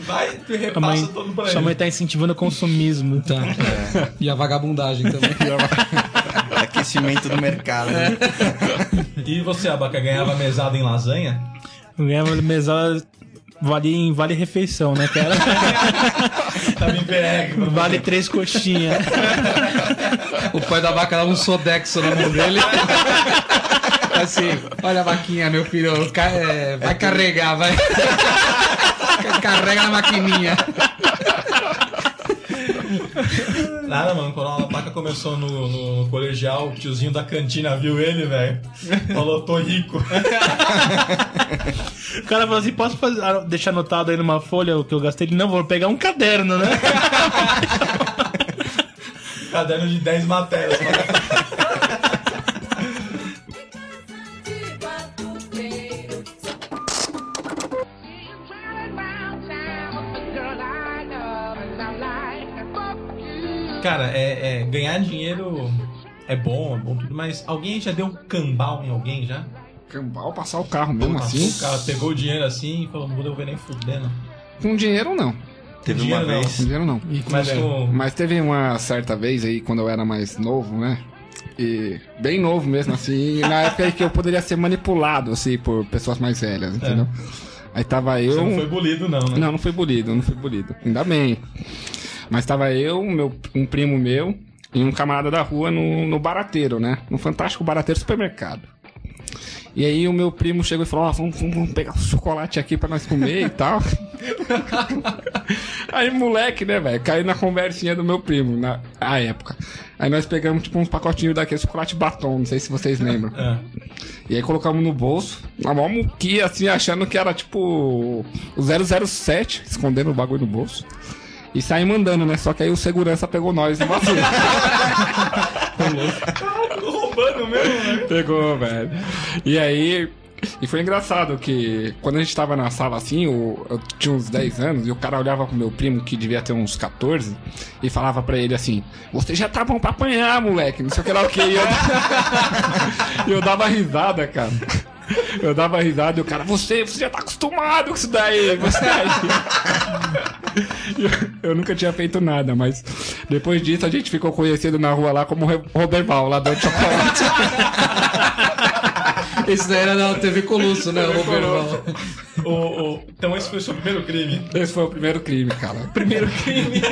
Vai, tu repassa Sua mãe, todo pra sua ele. mãe tá incentivando o consumismo. Então, Tá. E a vagabundagem também. Aquecimento do mercado. né? E você, Abaca, ganhava mesada em lasanha? Eu ganhava mesada vale em vale refeição, né, cara? Tá me pegando. Vale três coxinhas. O pai da vaca dava um sodexo na mão dele. Assim, olha a vaquinha, meu filho. ca- é, vai carregar, vai. Ca- Carrega na maquininha. Nada, mano, quando a Lapaca começou no, no- no colegial, o tiozinho da cantina viu ele, velho. Falou, tô rico. O cara falou assim: posso fazer- ah, deixar anotado aí numa folha o que eu gastei? Ele, não, vou pegar um caderno, né? Caderno de 10 matérias. Cara, é, é, ganhar dinheiro é bom, é bom tudo, mas alguém já deu um cambal em alguém já? Cambal passar o carro mesmo Passou assim? O cara pegou o dinheiro assim e falou, não vou devolver nem fudendo. Com dinheiro não. Teve Dinheiro uma não. vez. Com dinheiro não. Mas com... é? Mas teve uma certa vez aí, quando eu era mais novo, né? E bem novo mesmo, assim, e na época aí que eu poderia ser manipulado, assim, por pessoas mais velhas, entendeu? Aí tava eu. É. Você não foi bolido não, né? Não, não foi bolido, não foi bolido. Ainda bem. Mas tava eu, meu, um primo meu e um camarada da rua no, no barateiro, né? No fantástico barateiro supermercado. E aí o meu primo chegou e falou: Ó, vamos, vamos- vamos pegar um chocolate aqui pra nós comer e tal. aí, moleque, né, velho? Caiu na conversinha do meu primo na à época. Aí nós pegamos, tipo, uns pacotinhos daquele chocolate batom, não sei se vocês lembram. É. E aí colocamos no bolso, na maior muquia, assim, achando que era tipo o 007, escondendo o bagulho no bolso. E saímos andando, né? Só que aí o segurança pegou nós no bagulho. Tá roubando mesmo, né? Pegou, velho. E aí. E foi engraçado que quando a gente tava na sala assim, o- eu tinha uns 10 anos, e o cara olhava pro meu primo, que devia ter uns 14, e falava pra ele assim: Você já tá bom pra apanhar, moleque, não sei o que lá o que. E eu, e eu dava risada, cara. Eu dava risada e o cara, você, você já tá acostumado com isso daí, você tá aí. E eu, eu nunca tinha feito nada, mas depois disso a gente ficou conhecido na rua lá como Re- Roberval, lá de chocolate. Esse daí era da TV Colosso, né? TV O Roberval. O- o- então esse foi o seu primeiro crime. Esse foi o primeiro crime, cara. Primeiro crime.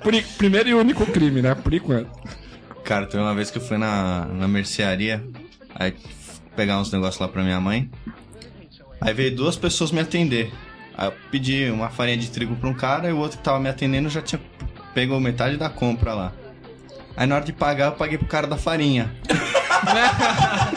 Por i- primeiro e único crime, né? Por enquanto. Cara, teve uma vez que eu fui na, na mercearia, aí f- pegar uns negócios lá pra minha mãe. Aí veio duas pessoas me atender. Aí eu pedi uma farinha de trigo pra um cara e o outro que tava me atendendo já tinha pegou metade da compra lá. Aí na hora de pagar eu paguei pro cara da farinha.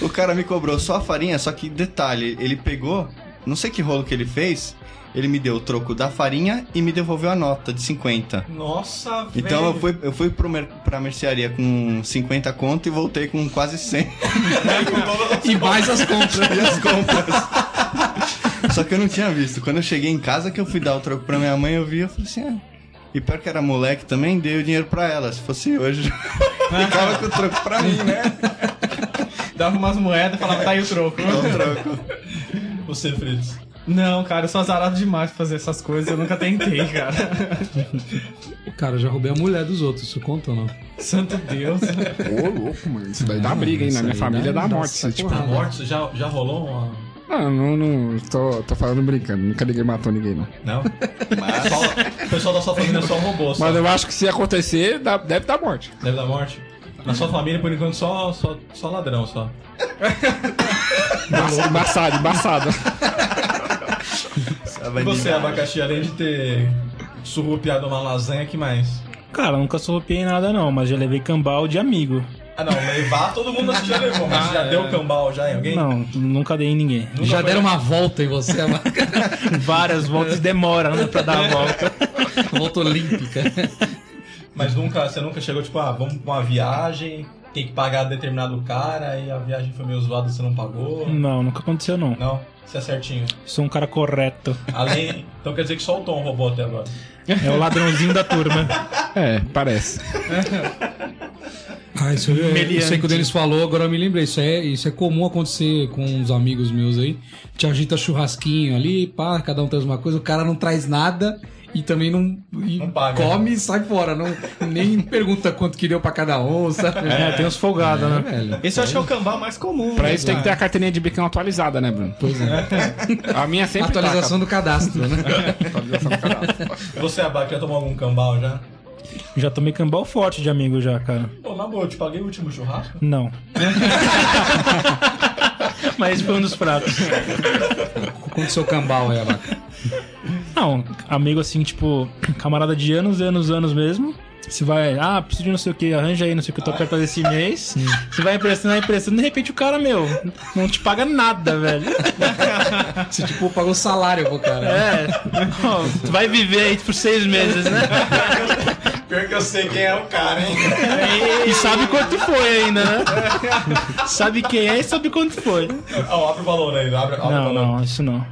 o cara me cobrou só a farinha, só que detalhe, ele pegou, não sei que rolo que ele fez, ele me deu o troco da farinha e me devolveu a nota de 50. Nossa, velho. Então eu fui, eu fui pro mer pra mercearia com 50 conto e voltei com quase 100. E mais as compras. e as compras. Só que eu não tinha visto. Quando eu cheguei em casa que eu fui dar o troco pra minha mãe, eu vi, eu falei assim, ah. E pior que era moleque também, dei o dinheiro pra ela. Se fosse hoje, ficava com o troco pra mim, né? Dava umas moedas e falava, tá aí o troco. Você, Fritz. Não, cara, eu sou azarado demais pra fazer essas coisas, eu nunca tentei, cara. Cara, eu já roubei a mulher dos outros, isso conta ou não? Santo Deus. Ô, louco, mano. Isso daí dá briga, hein? Na minha família dá morte. isso, tipo, A morte já, já rolou uma. Não, não, não. Tô, tô falando brincando. Nunca ninguém matou ninguém, não. Não? Só- o pessoal da sua família é só roubou. Só. Mas eu acho que se acontecer, dá- deve dar morte. Deve dar morte. Na sua família, por enquanto, só, só, só ladrão, só. Embaçado, embaçado, embaçado. E você, abacaxi, além de ter surrupiado uma lasanha, que mais? Cara, eu nunca surrupiei nada não, mas já levei cambal de amigo. Ah, não, levar todo mundo assim já levou, mas Ah, já é. deu cambal já em alguém? Não, nunca dei em ninguém. Já deram uma volta em você, mano. Várias voltas e demora, né, pra dar a volta. Volta olímpica. Mas nunca, você nunca chegou, tipo, ah, vamos pra uma viagem, tem que pagar determinado cara, e a viagem foi meio zoada, você não pagou. Não, nunca aconteceu não. Não, você é certinho. Sou um cara correto. Além, então quer dizer que só o Tom roubou até agora. É o ladrãozinho da turma. É, parece. Ah, isso eu, eu Meliante. sei que o Denis falou, agora eu me lembrei. Isso é, isso é comum acontecer com uns amigos meus aí. Te agita churrasquinho ali, pá, cada um traz uma coisa, o cara não traz nada e também não, e come e sai fora. Não, nem pergunta quanto que deu pra cada um, sabe? É, tem uns folgados, né? velho. Esse eu acho que é o cambá mais comum. Pra né, isso tem que ter a cara? carteirinha de bicão atualizada, né, Bruno? Pois é. A minha sempre tá, Atualização do cadastro, né? Você, Abac, já tomou algum cambal já? É. Já tomei cambal forte de amigo já, cara. Pô, na boa, eu te paguei o último churrasco. Não. Mas foi um dos pratos. Quanto seu cambal aí, Abaca? Não, amigo assim, tipo, camarada de anos, anos, anos mesmo. Você vai, ah, preciso de não sei o que, arranja aí, não sei o que, eu tô apertado esse mês. Você vai emprestando, vai emprestando, de repente o cara, meu, não te paga nada, velho. Você, tipo, pagou salário pro cara. É, ó, tu vai viver aí por seis meses, né? Pior que eu sei quem é o cara, hein? E sabe quanto foi ainda, né? Sabe quem é e sabe quanto foi. Ó, abre o balão aí, abre, abre o Não, balão. não, isso não.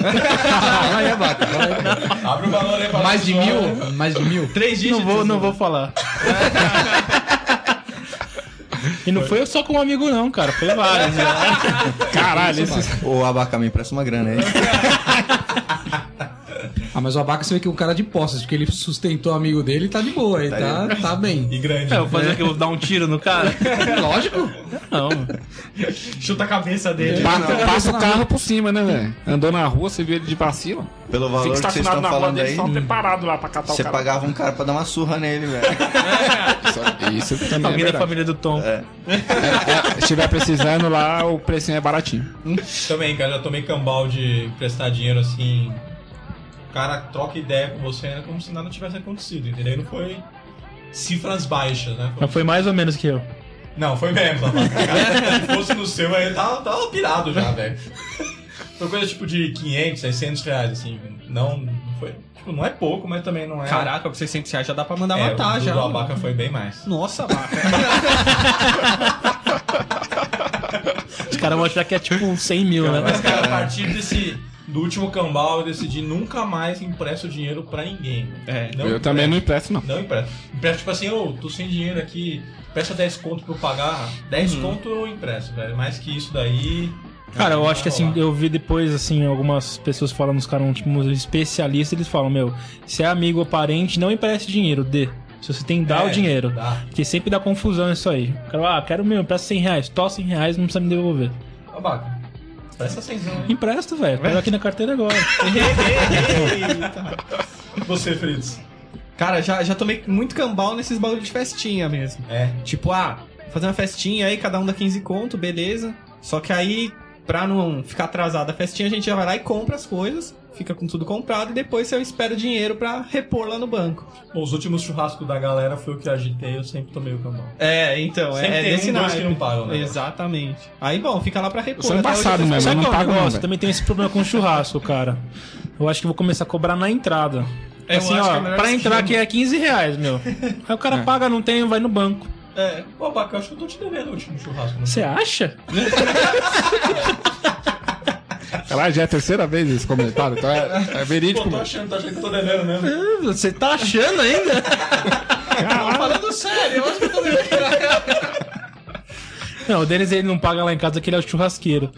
Vai, Abaca. Abre o balão aí pra Mais de pessoal. mil? Mais de mil? Três Não dígitos. né? vou, não vou falar. E não foi só com um amigo, não, cara. Foi vários. né? Caralho, esse... Ô, Abaca, me empresta uma grana aí. Ah, mas o Abaca você vê que é um cara de posses, porque ele sustentou o amigo dele e tá de boa, ele tá, tá, bem. E grande. É, eu vou fazer o que eu vou dar um tiro no cara. Lógico. Não. Chuta a cabeça dele. Passa, passa o carro por cima, né, velho? Andou na rua, você viu ele de vacilo. Pelo valor Fica que vocês estacionado estão na rua falando dele, aí, hum. só preparado lá pra catar você o cara. pagava um cara pra dar uma surra nele, velho. Isso também é Alguém da verdade. família do Tom. É, se tiver precisando lá, o precinho é baratinho. Também, cara, já tomei cambal de prestar dinheiro assim. O cara troca ideia com você né, como se nada tivesse acontecido, entendeu? E Não foi cifras baixas, né? Mas foi mais ou menos que eu. Não, foi mesmo. Zabaca, cara. Se fosse no seu, aí tava, tava pirado já, velho. Foi coisa tipo de 500, 600 reais, assim. Não, não foi. Tipo, não é pouco, mas também não é. Caraca, com 600 reais já dá pra mandar É, matar o do já. do Abaca foi bem mais. Nossa, Abaca. Os caras vão achar que é tipo uns 100 mil, né? Mas, cara, a partir desse. Do último cambal, eu decidi nunca mais empresto dinheiro pra ninguém. É, eu também não empresto, não. Não empresta. Empresta tipo assim, ô, tô sem dinheiro aqui, presta 10 conto pra eu pagar. 10 conto eu empresto, velho. Mais que isso daí. Cara, eu não acho que vai assim, rolar. eu vi depois, assim, algumas pessoas falando, os caras, tipo, uns especialistas, eles falam, meu, se é amigo ou parente, não empreste dinheiro, dê. Se você tem, dá É, o dinheiro. dá. Porque sempre dá confusão isso aí. O cara, ah, quero meu, empresta 100 reais, tó 100 reais, não precisa me devolver. Ô, Baco, presta atenção, hein? Empresto, velho, pega aqui na carteira agora. Você, Fritz. Cara, já, já tomei muito cambal nesses bagulho de festinha mesmo. É. Tipo, ah, fazer uma festinha aí, cada um dá 15 conto, beleza. Só que aí, pra não ficar atrasada a festinha, a gente já vai lá e compra as coisas, fica com tudo comprado e depois você espera o dinheiro pra repor lá no banco. Bom, os últimos churrascos da galera foi o que eu agitei, eu sempre tomei o cambal. É, então, Sempre é, é tem desse um, dois naipe. que não pagam, né? Exatamente. Aí, bom, fica lá pra repor. Só até hoje embaçado, né? eu- Mas Sabe não qual é o paga, não, negócio? velho. Também tem esse problema com churrasco, cara. Eu acho que eu vou começar a cobrar na entrada. É, eu assim, acho que ó, é melhor pra esquema. entrar aqui é 15 reais, meu. Aí o cara É. paga, não tem, vai no banco. É, ô, Baco, eu acho que eu tô te devendo o último churrasco. não Você foi? acha? Caralho, já é a terceira vez esse comentário, então é, é Pô, tá verídico. tô mano. achando, tô achando que eu tô devendo mesmo. Você tá achando ainda? Não, falando sério, eu acho que eu tô devendo. Não, o Denis ele não paga lá em casa que ele é o churrasqueiro.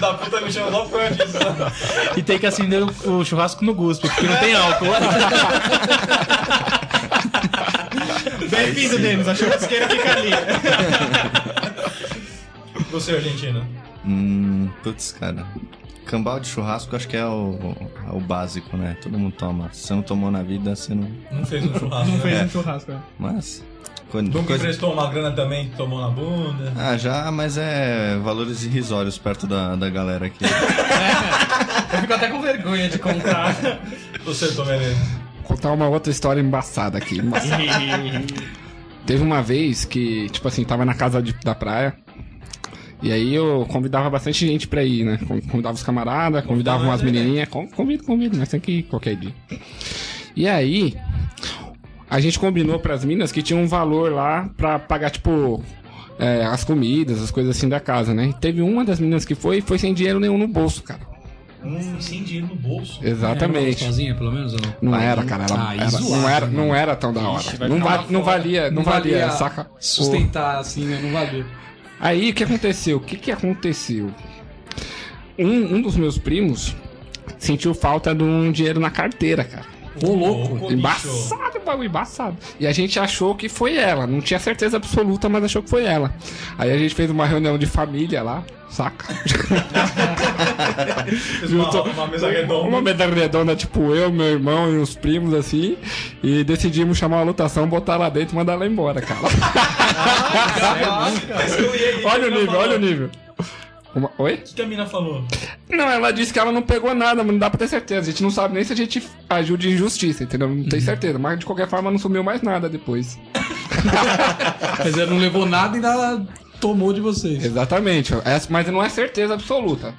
da puta me chama só por causa disso. E tem que acender o, o churrasco no guspe, porque não tem álcool. Bem-vindo, Denis. A churrasqueira fica ali. Você, Argentina. Hum, putz, cara. Cambal de churrasco acho que é o, é o básico, né? Todo mundo toma. Se você não tomou na vida, você não. Não fez um churrasco, Não né? fez É. um churrasco, né? Mas. Quando, Nunca coisa- emprestou uma grana também, que tomou na bunda. Ah, já, mas é valores irrisórios perto da, da galera aqui. Eu fico até com vergonha de comprar. Você, né? Tom Menezes. contar uma outra história embaçada aqui. embaçada. Teve uma vez que, tipo assim, tava na casa de- da praia. E aí eu convidava bastante gente pra ir, né? Con- Convidava os camaradas, convidava umas menininhas. Con- Convido, convido, mas tem que ir qualquer dia. E aí, a gente combinou pras minas que tinha um valor lá pra pagar, tipo, é, as comidas, as coisas assim da casa, né? E teve uma das meninas que foi e foi sem dinheiro nenhum no bolso, cara. Hum, sem dinheiro no bolso. Exatamente. Sozinha, pelo menos, ou não? Não era, cara. Ela, Ah, era- isso não, é, era, né? não era tão da hora. vai não, ficar va- lá não fora. valia, não, valia, saca? O- Sustentar assim, né? Não valia. Aí o que aconteceu? O que, que aconteceu? Um, um dos meus primos sentiu falta de um dinheiro na carteira, cara. Ô, louco. Ô, bicho. Embaçado, bagulho, embaçado. E a gente achou que foi ela. Não tinha certeza absoluta, mas achou que foi ela. Aí a gente fez uma reunião de família lá, saca? Fez uma, uma mesa redonda. Uma mesa redonda, tipo eu, meu irmão e os primos, assim. E decidimos chamar uma lotação, botar lá dentro e mandar ela embora, cara. olha o nível, olha o nível. Uma- Oi? O que a mina falou? Não, ela disse que ela não pegou nada, mas não dá pra ter certeza. A gente não sabe nem se a gente agiu de injustiça, entendeu? Não tem certeza. Mas de qualquer forma não sumiu mais nada depois. Mas ela não levou nada e nada tomou de vocês. Exatamente. É- Mas não é certeza absoluta.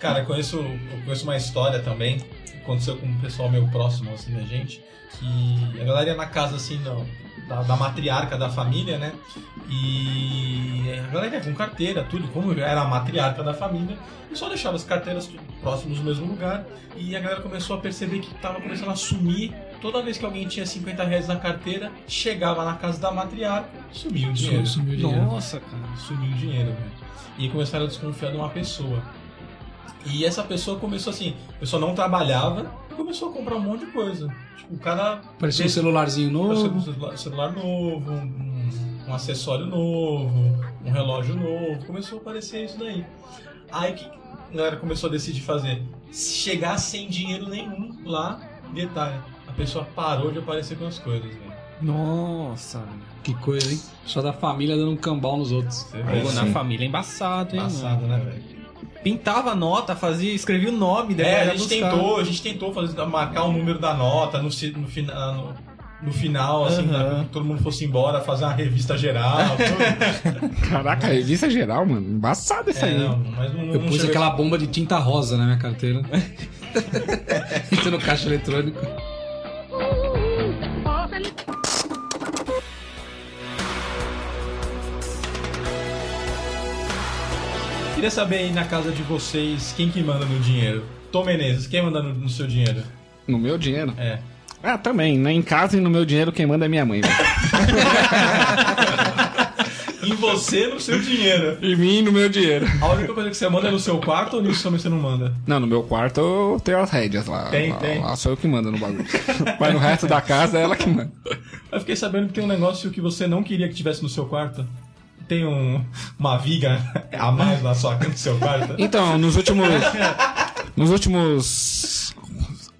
Cara, eu conheço, eu conheço uma história também, que aconteceu com um pessoal meu próximo, assim, da gente, que a galera ia na casa, assim, do- da, da matriarca da família, né? E a galera ia com carteira, tudo, como eu era a matriarca da família, e só deixava as carteiras tudo próximas do mesmo lugar, e a galera começou a perceber que tava começando a sumir, toda vez que alguém tinha 50 reais na carteira, chegava na casa da matriarca, sumia o dinheiro. Sumiu o dinheiro. né? Nossa, cara, sumiu o dinheiro, velho. E começaram a desconfiar de uma pessoa. E essa pessoa começou assim, a pessoa não trabalhava e começou a comprar um monte de coisa. Tipo, o cara. Parecia um teve- celularzinho Parecia Um novo. celular, celular novo, um, um acessório novo, um relógio novo. Começou a aparecer isso daí. Aí o que que a galera começou a decidir fazer? Se Chegar sem dinheiro nenhum lá, detalhe. A pessoa parou de aparecer com as coisas, né? velho. Nossa, que coisa, hein? Só da família dando um cambal nos outros. vê, Ou na sim. família é embaçado, hein? Embaçado, mano? né, velho? Pintava a nota, fazia, escrevia o nome dela. É, a gente tentou, a gente tentou fazer, marcar o número da nota no, si- no, fina- no, no final, assim, pra que todo mundo fosse embora, fazer uma revista geral. Caraca, revista É, geral, mano. Embaçada essa É, aí. não, mas não- Eu não pus chegou- aquela bomba de tinta rosa na minha carteira. Isso no caixa eletrônico. Queria saber aí na casa de vocês quem que manda no dinheiro. Tom Menezes, quem manda no, no seu dinheiro? No meu dinheiro? É. Ah, também. Né? Em casa e no meu dinheiro quem manda é minha mãe. velho. Em você, no seu dinheiro. em mim, no meu dinheiro. A única coisa que você manda é no seu quarto ou nisso também você não manda? Não, no meu quarto eu tenho as rédeas lá. Tem, lá, tem. Lá sou eu que mando no bagulho. Mas no resto da casa é ela que manda. Eu fiquei sabendo que tem um negócio que você não queria que tivesse no seu quarto. Tem um, uma viga a mais na sua, no seu quarto. Então, nos últimos. nos últimos.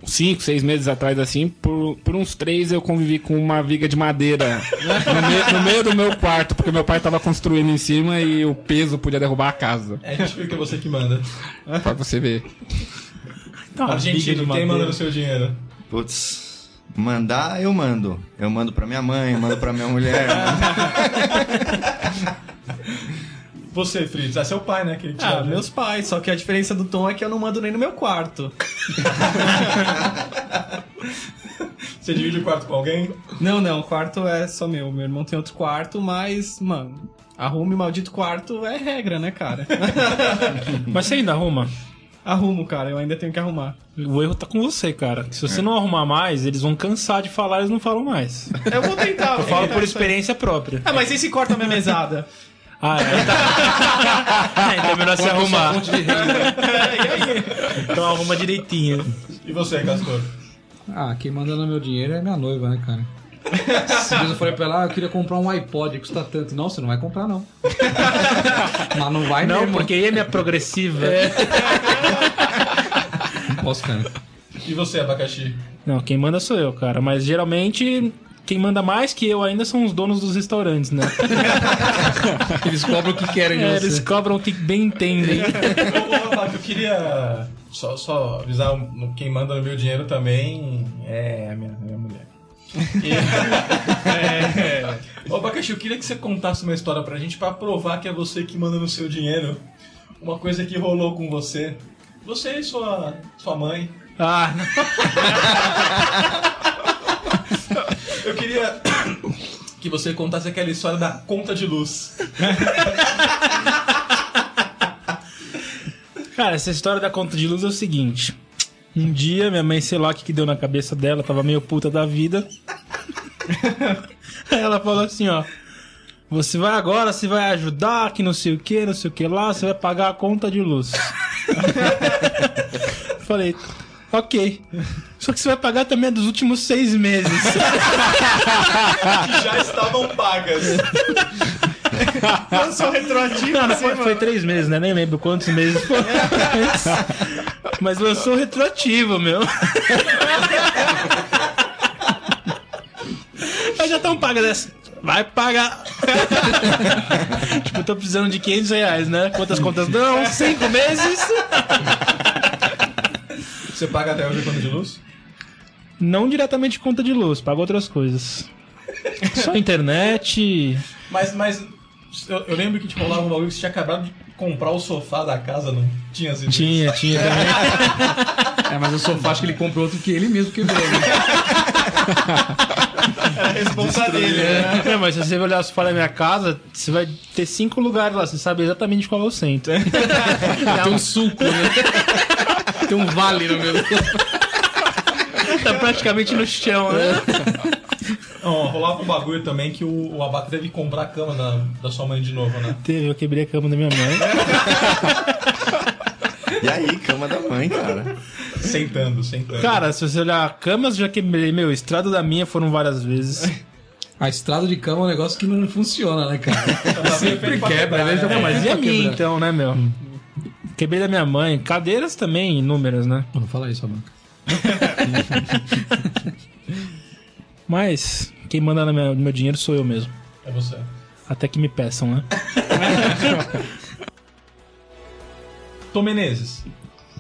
Cinco, seis meses atrás, assim, por, por uns três eu convivi com uma viga de madeira no, meio- no meio do meu quarto, porque meu pai tava construindo em cima e o peso podia derrubar a casa. É, deixa eu ver que é você que manda. Pra você ver. Tá, Argentino, bico de quem madeira. manda no seu dinheiro? Putz, mandar eu mando. Eu mando pra minha mãe, mando pra minha mulher. Você, Fritz, é seu pai, né? Que ele te Ah, dá, né? meus pais, só que a diferença do Tom é que eu não mando nem no meu quarto. Você divide o quarto com alguém? Não, não, o quarto é só meu. Meu irmão tem outro quarto, mas, mano, arrume o maldito quarto é regra, né, cara? Mas você ainda arruma? Arrumo, cara, eu ainda tenho que arrumar. O erro tá com você, cara. Se você não arrumar mais, eles vão cansar de falar, eles não falam mais. Eu vou tentar. Eu vou falo tentar É por isso aí. experiência própria. Ah, mas e se corta a minha mesada? Ah, é. É, então é melhor se arrumar. Então arruma direitinho. E você, Castor? Ah, quem manda no meu dinheiro é minha noiva, né, cara? Esses dias eu falei pra ela, ah, eu queria comprar um iPod, custa tanto. Não, você não vai comprar, não. Mas não vai Não, mesmo. porque aí é minha progressiva. É. Não posso, cara. E você, Abacaxi? Não, quem manda sou eu, cara. Mas geralmente, quem manda mais que eu ainda são os donos dos restaurantes, né? Eles cobram o que querem de É, você. Eles cobram o que bem entendem. Ô, ô, Abaca, eu queria só, só avisar um- quem manda no meu dinheiro também é a minha, a minha mulher. E- é. Ô, Abacaxi, eu queria que você contasse uma história pra gente pra provar que é você que manda no seu dinheiro. Uma coisa que rolou com você. Você e sua, sua mãe. Ah, Eu queria que você contasse aquela história da conta de luz. Cara, essa história da conta de luz é o seguinte. Um dia, minha mãe, sei lá o que, que deu na cabeça dela, tava meio puta da vida. Aí ela falou assim, ó. Você vai agora, você vai ajudar, que não sei o que, não sei o que lá, você vai pagar a conta de luz. Falei, ok. Só que você vai pagar também a dos últimos seis meses. Que já estavam pagas. Eu sou retroativo. Não, não foi, foi três meses, né? Nem lembro quantos meses foi. Mas lançou retroativo, meu. Mas já estão pagas essa. Vai pagar. tipo, tô precisando de 500 reais, né? Quantas contas dão? Cinco meses? Você paga até hoje a conta de luz? Não diretamente conta de luz, paga outras coisas. Só internet. Mas, mas eu, eu lembro que te rolava um bagulho que você tinha acabado de comprar o sofá da casa, não tinha sido isso? Tinha, tinha também. É, mas o sofá acho que ele comprou outro que ele mesmo quebrou. Né? É a responsa dele, né? É, mas se você olhar os fora da minha casa, você vai ter cinco lugares lá, você sabe exatamente qual é o centro. Então, Tem um sulco, né? Tem um vale no meu. tá praticamente no chão, né? Não, rolava um bagulho também que o, o Abaca teve que comprar a cama da, da sua mãe de novo, né? Teve, eu quebrei a cama da minha mãe. E aí, cama da mãe, cara. Sentando, sentando. Cara, se você olhar camas, já quebrei. Meu, estrada da minha foram várias vezes. A estrada de cama é um negócio que não funciona, né, cara? Sempre quebra, né? Já Não, mas e a minha quebrar. então, né, meu? Quebrei da minha mãe. Cadeiras também, inúmeras, né? Não fala isso, Amanda. mas quem manda no meu, no meu dinheiro sou eu mesmo. É você. Até que me peçam, né? Tom Menezes,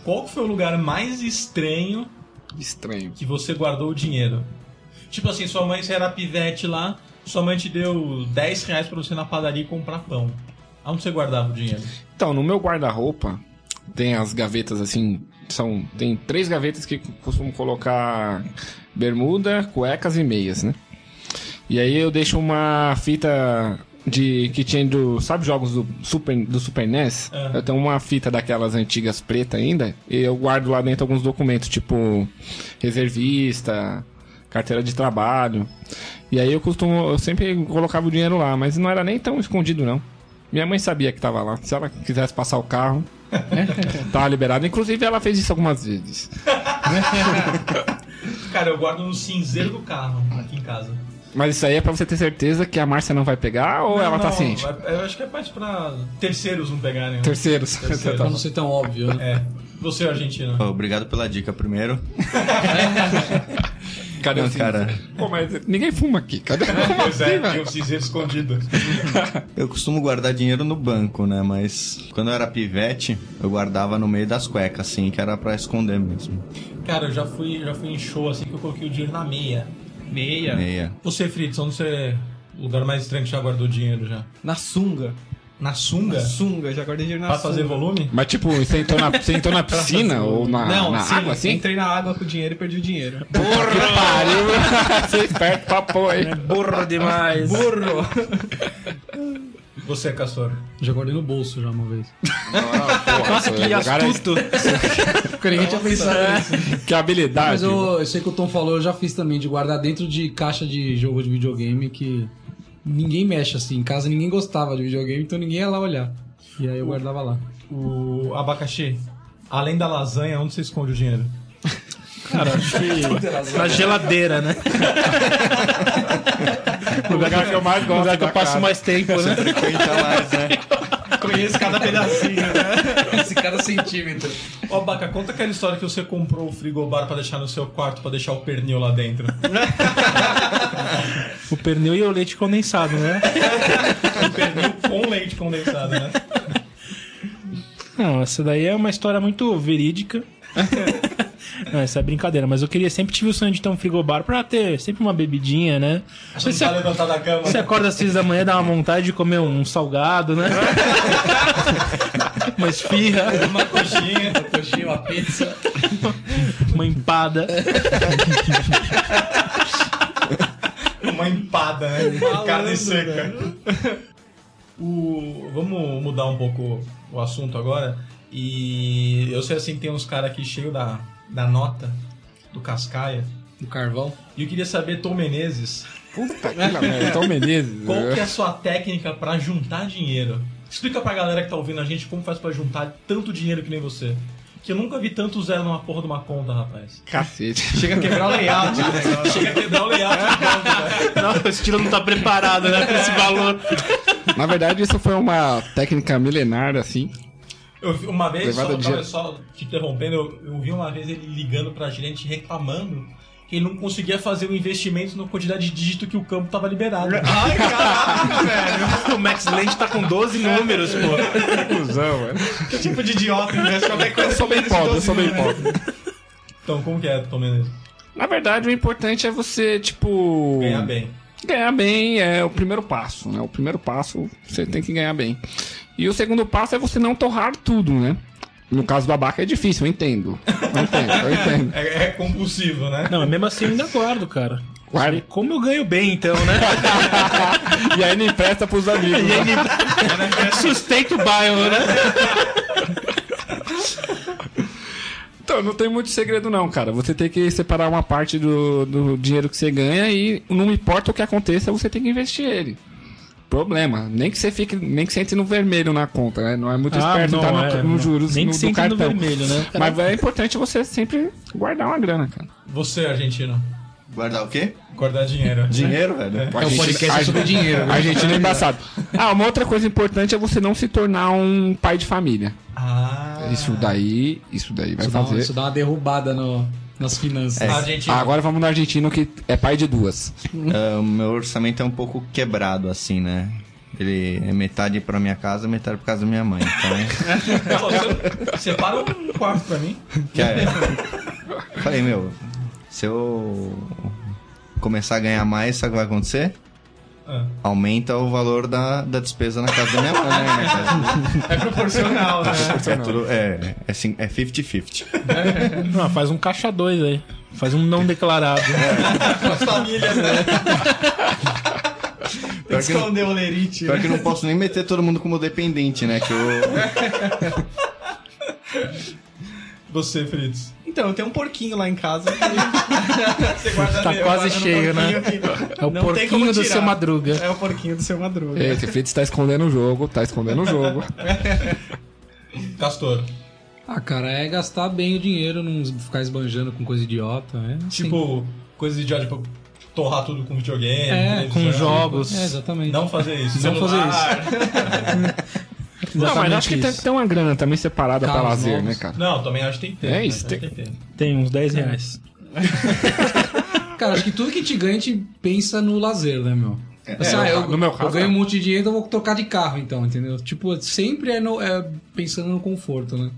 qual foi o lugar mais estranho Estranho. que você guardou o dinheiro? Tipo assim, sua mãe, você era pivete lá, sua mãe te deu 10 reais pra você ir na padaria e comprar pão. Aonde você guardava o dinheiro? Então, no meu guarda-roupa tem as gavetas assim, são tem três gavetas que costumo colocar bermuda, cuecas e meias, né? E aí eu deixo uma fita de que tinha do, sabe jogos do Super do Super NES? Ah. Eu tenho uma fita daquelas antigas preta ainda e eu guardo lá dentro alguns documentos, tipo reservista, carteira de trabalho. E aí eu costumo, eu sempre colocava o dinheiro lá, mas não era nem tão escondido não. Minha mãe sabia que tava lá. Se ela quisesse passar o carro, tava liberado. Inclusive ela fez isso algumas vezes. Cara, eu guardo no cinzeiro do carro aqui em casa. Mas isso aí é pra você ter certeza que a Márcia não vai pegar ou Não, ela tá não, ciente? vai- Eu acho que é mais pra terceiros não pegarem. né? Terceiros. tá Pra não ser tão óbvio, né? É. Você, argentino. Ô, Obrigado pela dica primeiro. Cadê Não, o cara? Pô, mas ninguém fuma aqui. Cadê? Como Pois assim, é, velho? tem o cinzeiro escondido. Eu costumo guardar dinheiro no banco, né? Mas quando eu era pivete, eu guardava no meio das cuecas, assim, que era pra esconder mesmo. Cara, eu já fui, já fui em show assim que eu coloquei o dinheiro na meia. Meia? Meia. Você, Fritz, onde você. O lugar mais estranho que já guardou dinheiro já? Na sunga. Na sunga? Na sunga, já guardei dinheiro na pra sunga. fazer volume? Mas tipo, você entrou na, você entrou na piscina ou na, não, na sim, água assim? Entrei na água com o dinheiro e perdi o dinheiro. Pariu, você é esperto pra pô, hein? Burro demais. Burro! Você, Castor. Já guardei no bolso já uma vez. Nossa, que astuto. Porque ninguém tinha pensado nisso. é Que habilidade. Mas eu, eu sei que o Tom falou, eu já fiz também, de guardar dentro de caixa de jogo de videogame que ninguém mexe assim. Em casa ninguém gostava de videogame, então ninguém ia lá olhar. E aí eu guardava lá. O abacaxi. Além da lasanha, onde você esconde o dinheiro? Cara, acho que. Na geladeira, né? O lugar que eu mais gosto. lugar que eu da passo casa. mais tempo, né? Frequenta mais, né? Conheço cada pedacinho, né? Esse cada centímetro. Ó, Abaca, conta aquela história que você comprou o frigobar pra deixar no seu quarto, pra deixar o pernil lá dentro. O pernil e o leite condensado, né? O pernil com leite condensado, né? Não, essa daí é uma história muito verídica. Não, essa é brincadeira, mas eu queria sempre tive o sonho de ter um frigobar pra ter sempre uma bebidinha, né? Você não tá levantar da cama. Você acorda às seis da manhã, dá uma vontade de comer um salgado, né? uma esfirra, Uma coxinha. Coxinha, uma pizza. uma empada. Uma empada, né? Carne seca. O... Vamos mudar um pouco o assunto agora. E eu sei assim, que tem uns caras aqui cheio da, da nota, do Cascaia. No carvão. E eu queria saber, Tom Menezes, Puta que lá, velho. Tom Menezes. né? qual que é a sua técnica pra juntar dinheiro? Explica pra galera que tá ouvindo a gente como faz pra juntar tanto dinheiro que nem você. Que eu nunca vi tanto zero numa porra de uma conta, rapaz. Cacete. Chega a quebrar o layout. né? Chega a quebrar o layout da conta, velho. Não, o estilo não tá preparado, né? Pra esse valor. Na verdade, isso foi uma técnica milenar, assim. Eu vi uma vez, só, Levada de tava gelo. só te interrompendo, eu, eu vi uma vez ele ligando pra gerente reclamando que ele não conseguia fazer o investimento na quantidade de dígito que o campo tava liberado. Ai, caraca, velho. O Max Land tá com 12 números, pô. Cusão, né? mano. Que tipo de idiota investe qualquer coisa? Eu sou bem menos de pobre, eu 12 sou bem números? pobre. Então, como que é, Tom Menezes? Na verdade, o importante é você, tipo. Ganhar bem. Ganhar bem é o primeiro passo, né? O primeiro passo você tem que ganhar bem. E o segundo passo é você não torrar tudo, né? No caso do abaca é difícil, eu entendo. Eu entendo, eu entendo. É, é compulsivo, né? Não, mas mesmo assim eu ainda guardo, cara. Guarda. Como eu ganho bem, então, né? E aí não empresta pros amigos. E né? ele sustenta o bairro, né? Então, não tem muito segredo não, cara. Você tem que separar uma parte do, do dinheiro que você ganha e não importa o que aconteça, você tem que investir ele. Problema. Nem que você fique, nem que você entre no vermelho na conta, né? Não é muito Ah, esperto não, entrar no, é, no não. juros Nem no, que do você entre no cartão. vermelho, né? Mas é importante você sempre guardar uma grana, cara. Você, argentino. Guardar o quê? Guardar dinheiro. Dinheiro, velho? A gente- é a- né? A gente não é embaçado. Ah, uma outra coisa importante é você não se tornar um pai de família. Isso daí, isso um daí vai Isso dá, fazer. Ah, isso dá uma derrubada no- nas finanças. É. Argentina. Agora vamos no argentino que é pai de duas. Ah, o meu orçamento é um pouco quebrado, assim, né? Ele é metade pra minha casa, metade pra casa da minha mãe. Então, Pô, você- Separa um quarto pra mim. que é- Falei, meu, se eu começar a ganhar mais, sabe o que vai acontecer? Ah. Aumenta o valor da, da despesa na casa da minha mãe, né? Na casa- É proporcional, né? É tudo- é, é cin- é 50-50. Não, faz um caixa dois aí. Faz um não declarado. Com as famílias, né? Pior que, não, o lerite. pior que eu não posso nem meter todo mundo como dependente, né? Que eu... Você, Fritz. Então, eu tenho um porquinho lá em casa. Você Tá eu quase guardo no cheio, né? porquinho que É o não tem porquinho como do tirar. seu Madruga. É o porquinho do seu madruga. Esse Fritz tá escondendo o jogo, tá escondendo o jogo. Castor. Ah, cara, é gastar bem o dinheiro, não ficar esbanjando com coisa idiota. É assim. Tipo, coisa de tipo, torrar tudo com videogame, É, televisão. com jogos. É, exatamente. Não fazer isso. Não Celular. Não, mas acho que isso. tem que ter uma grana também separada pra Carros lazer, novos. né, cara? Não, também acho que tem que ter. É isso, né? tem- que ter. Tem uns 10 reais. Cara, acho que tudo que te ganha, a gente pensa no lazer, né, meu? É, Assim, no ah, meu eu, caso, no meu caso, eu ganho é. um monte de dinheiro, então eu vou trocar de carro, então, entendeu? Tipo, sempre é, no- é pensando no conforto, né?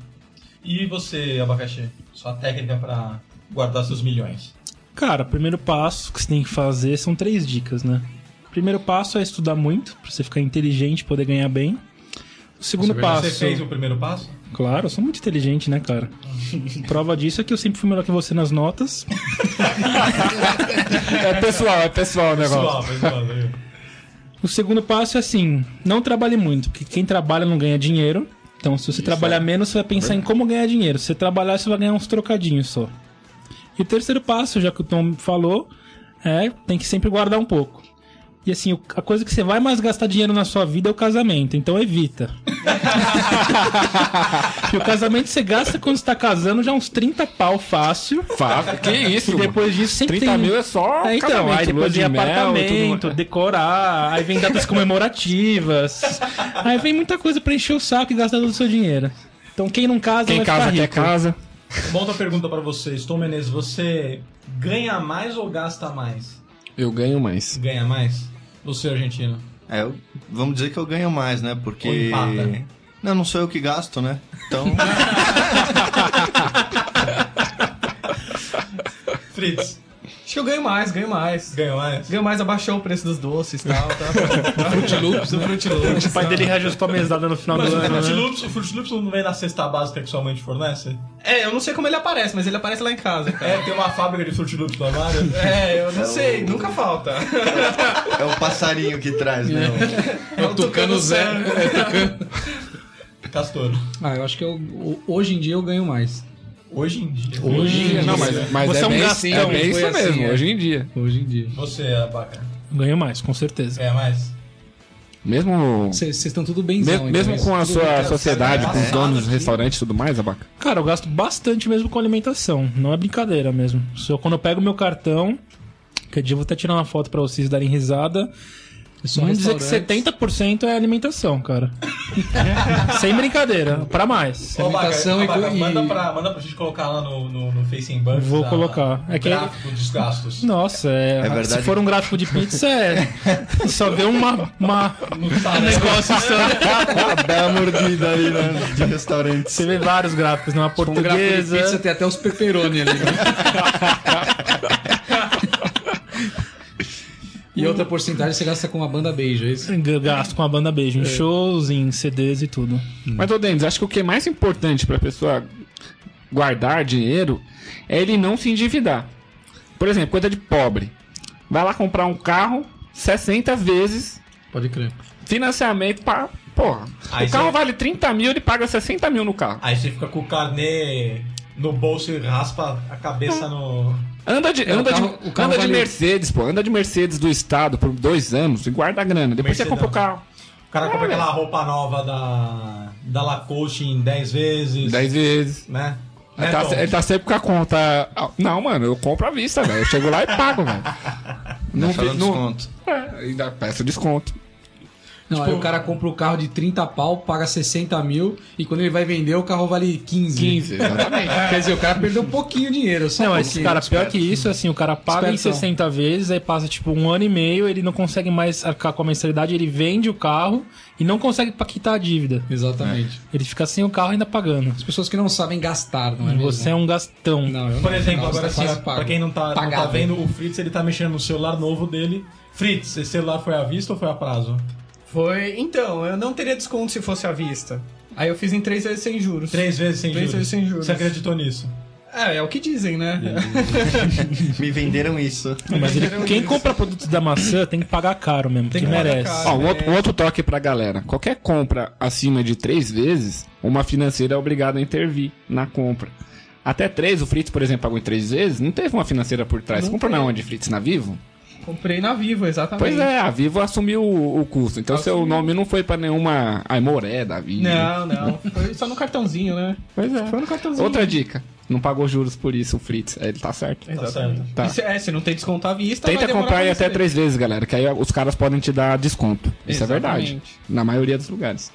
E você, Abacaxi? Sua técnica pra guardar seus milhões? Cara, o primeiro passo que você tem que fazer são três dicas, né? O primeiro passo é estudar muito, pra você ficar inteligente, poder ganhar bem. O segundo passo. Você fez o primeiro passo? Claro, eu sou muito inteligente, né, cara? Prova disso é que eu sempre fui melhor que você nas notas. É pessoal, é pessoal o Pessoal, negócio. pessoal. viu? O segundo passo é assim: não trabalhe muito, porque quem trabalha não ganha dinheiro. Então, se você trabalhar é menos, você vai pensar em como ganhar dinheiro. Se você trabalhar, você vai ganhar uns trocadinhos só. E o terceiro passo, já que o Tom falou, é tem que sempre guardar um pouco. E assim, o- a coisa que você vai mais gastar dinheiro na sua vida é o casamento, então evita. Porque o casamento você gasta quando você tá casando já uns 30 pau fácil. Fácil, que isso, E depois mano. disso sempre 30 tem... mil é só É, então, casamento, aí lua depois de vem mel e tudo apartamento, mais. decorar, aí vem datas comemorativas. aí vem muita coisa pra encher o saco e gastar todo o seu dinheiro. Então quem não casa vai ficar rico. Uma outra pergunta pra vocês. Tom Menezes, você ganha mais ou gasta mais? Eu ganho mais. Ganha mais? Você, argentino. É, eu- vamos dizer que eu ganho mais, né? Ou Porque. empata. Não, não sou eu que gasto, né? Então. Fritz. Acho que eu ganho mais, ganho mais. Ganho mais? Ganho mais, abaixou o preço dos doces e tal. Tá? Fruit Loops, do né? Fruit Loops. O pai tá? dele reajustou a mesada no final Mas do o ano. Fruit né? Loops, o Fruit Loops não vem na cesta básica que sua mãe te fornece? É, eu não sei como ele aparece, mas ele aparece lá em casa. cara. É, tem uma fábrica de Fruit Loops no armário? É, eu não É sei, o- nunca falta. É o passarinho que traz, né? É o Tucano Zé. Castor. Ah, eu acho que eu, o- hoje em dia eu ganho mais. Hoje em dia. Hoje em dia. Não, mas, mas Você é, é um bem, gastão, é bem foi isso assim, mesmo, é. hoje em dia. Hoje em dia. Você, Abaca. É, Ganho mais, com certeza. Ganha mais? Mesmo. Vocês estão tudo então, bem, me- mesmo com a sua sociedade, com os donos de restaurante e tudo mais, abaca. Cara, eu gasto bastante mesmo com alimentação. Não é brincadeira mesmo. Só quando eu pego meu cartão, que dia eu vou até tirar uma foto pra vocês darem risada. é só Vamos dizer que restaurantes. 70% é alimentação, cara. Sem brincadeira, pra mais. Ô, Abaca, Alimentação e Abaca, co- e- Manda, pra, manda pra gente colocar lá no, no, no Face and Bugs Vou a- colocar. o É que- gráfico dos gastos. Nossa, é, É verdade. se for um gráfico de pizza, é, só deu uma, uma, um negócio só. Uma bela mordida aí, né? De restaurante. Você vê vários gráficos, né? Uma Com um gráfico de portuguesa. pizza tem até os peperoni ali. Né? e outra porcentagem você gasta com a banda beijo, é isso? Eu gasto com a banda beijo, em É. shows, em CDs e tudo. Mas, ô Denis, acho que o que é mais importante pra pessoa guardar dinheiro é ele não se endividar. Por exemplo, coisa de pobre. Vai lá comprar um carro 60 vezes Pode crer. financiamento pra. Porra. Aí o carro você- vale 30 mil, ele paga 60 mil no carro. Aí você fica com o carnê no bolso e raspa a cabeça no. Anda de, É, o anda carro- de, o carro anda de valeu. Mercedes, pô. Anda de Mercedes do Estado por dois anos e guarda a grana. Depois você compra o carro. O cara É. compra aquela roupa nova da, da Lacoste em 10 vezes. 10 vezes. Né? É Ele tá, Né, Tom? ele tá sempre com a conta. ah, Não, mano, eu compro à vista, velho. Eu chego lá e pago, velho. Não, Deixa lá no desconto. É, ainda peço desconto. Não, Tipo, aí o cara compra o carro de 30 pau, paga 60 mil e quando ele vai vender o carro vale 15. 15, exatamente. Quer dizer, o cara perdeu um pouquinho de dinheiro. Só um Não, pouquinho. esse cara, pior que isso, assim, o cara paga em Espertão. 60 vezes, aí passa tipo um ano e meio, ele não consegue mais arcar com a mensalidade, ele vende o carro e não consegue pra quitar a dívida. Exatamente. Ele fica sem o carro ainda pagando. As pessoas que não sabem gastar, não é mesmo? Você é um gastão. Não, eu Por exemplo, Não, agora você tá assim, quase paga. pra quem não tá, não tá Pagável. vendo, o Fritz ele tá mexendo no celular novo dele. Fritz, esse celular foi à vista ou foi a prazo? Foi. Então, eu não teria desconto se fosse à vista. Aí eu fiz em três vezes sem juros. Três vezes sem Três juros. vezes sem juros. Você acreditou nisso? É, é o que dizem, né? Me venderam isso. Mas ele- quem compra produtos da maçã tem que pagar caro mesmo, que, merece. Ó, um, outro, um outro toque pra galera. Qualquer compra acima de três vezes, uma financeira é obrigada a intervir na compra. Até três, o Fritz, por exemplo, pagou em três vezes, não teve uma financeira por trás. Não Comprou na teve. onde, Fritz? Na Vivo? Comprei na Vivo, exatamente. Pois é, a Vivo assumiu o, o custo. Então seu Assumiu. nome não foi pra nenhuma Aimoré da Vivo. Não, não. Foi só no cartãozinho, né? Pois é. Foi no cartãozinho. Outra dica. Não pagou juros por isso, o Fritz. É, Ele tá certo. Exatamente. Tá. E se- é, se não tem desconto à vista, vai Tenta demorar comprar aí pra até receber. três vezes, galera, que aí os caras podem te dar desconto. Isso é verdade. Exatamente. Na maioria dos lugares.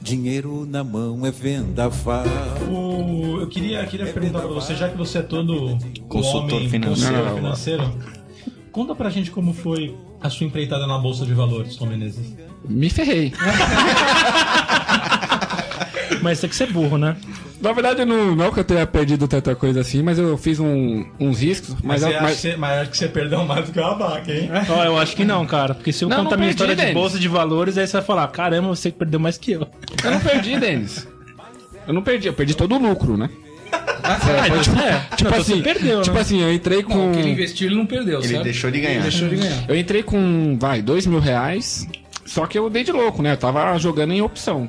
Dinheiro na mão é venda fácil. O- eu queria, queria perguntar pra você, já que você é todo Consultor homem, financeiro. consultor financeiro, conta pra gente como foi a sua empreitada na Bolsa de Valores, Tom Menezes. Me ferrei. Mas tem que ser burro, né? Na verdade, não, não que eu tenha perdido tanta coisa assim, mas eu fiz um- uns riscos. Mas, Mas, mas, você acha que você- mas acho que você perdeu mais do que uma vaca, hein? Ó, eu acho que não, cara. Porque se eu Não, contar não minha perdi, história de Denis. bolsa de valores, aí você vai falar: caramba, você que perdeu mais que eu. eu não perdi, Denis. Eu não perdi, eu perdi todo o lucro, né? É, foi tipo, tipo assim, tipo assim, eu entrei com. Não, o que ele investiu, ele não perdeu, Ele certo? deixou de Ele ganhar. deixou de ganhar. Eu entrei com, vai, dois mil reais. Só que eu dei de louco, né? Eu tava jogando em opção.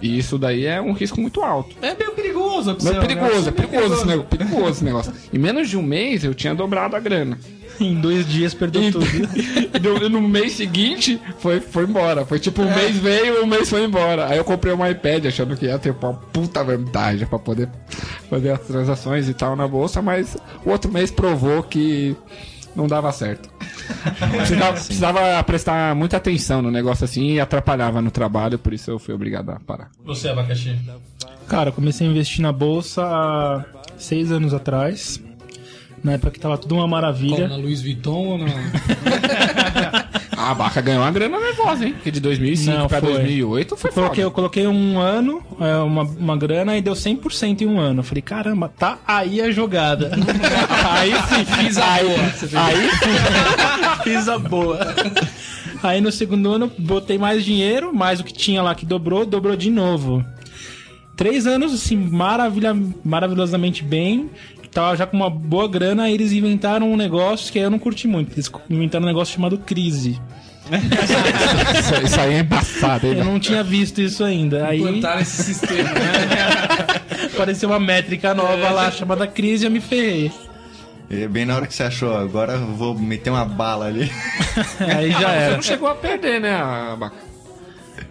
E isso daí é um risco muito alto. É meio perigoso, a Mas opção, é né? perigoso, Isso é perigoso esse negócio. Perigoso esse negócio. Em menos de um mês eu tinha dobrado a grana. Em dois dias perdeu tudo. e no mês seguinte foi, foi embora. Foi tipo, É. um mês veio, um mês foi embora. Aí eu comprei um iPad achando que ia ter uma puta vantagem pra poder fazer as transações e tal na bolsa, mas o outro mês provou que não dava certo. Precisava, precisava prestar muita atenção no negócio assim e atrapalhava no trabalho, por isso eu fui obrigado a parar. Você, abacaxi. Cara, eu comecei a investir na bolsa há seis anos atrás. Na época que tava tudo uma maravilha. Qual, na Louis Vuitton ou na. Ah, A Barca ganhou uma grana nervosa, hein? Porque de 2005 Não, pra foi. 2008 foi eu coloquei, foda. eu coloquei um ano, é, uma, uma grana e deu 100% em um ano. Eu falei, caramba, tá aí a jogada. aí sim, Fiz a aí, boa. Aí sim, fiz a boa. Aí no segundo ano botei mais dinheiro, mais o que tinha lá que dobrou, dobrou de novo. Três anos, assim, maravilha, maravilhosamente bem. Tava já com uma boa grana, aí eles inventaram um negócio que eu não curti muito. Eles inventaram um negócio chamado crise. Isso, isso aí é embaçado, hein? Eu não tinha visto isso ainda. Aí Implantaram esse sistema. apareceu uma métrica nova É. lá chamada crise e eu me ferrei. E É, bem na hora que você achou, agora eu vou meter uma bala ali. É, Aí Ah, já mas Você era. não chegou a perder, né, Baca?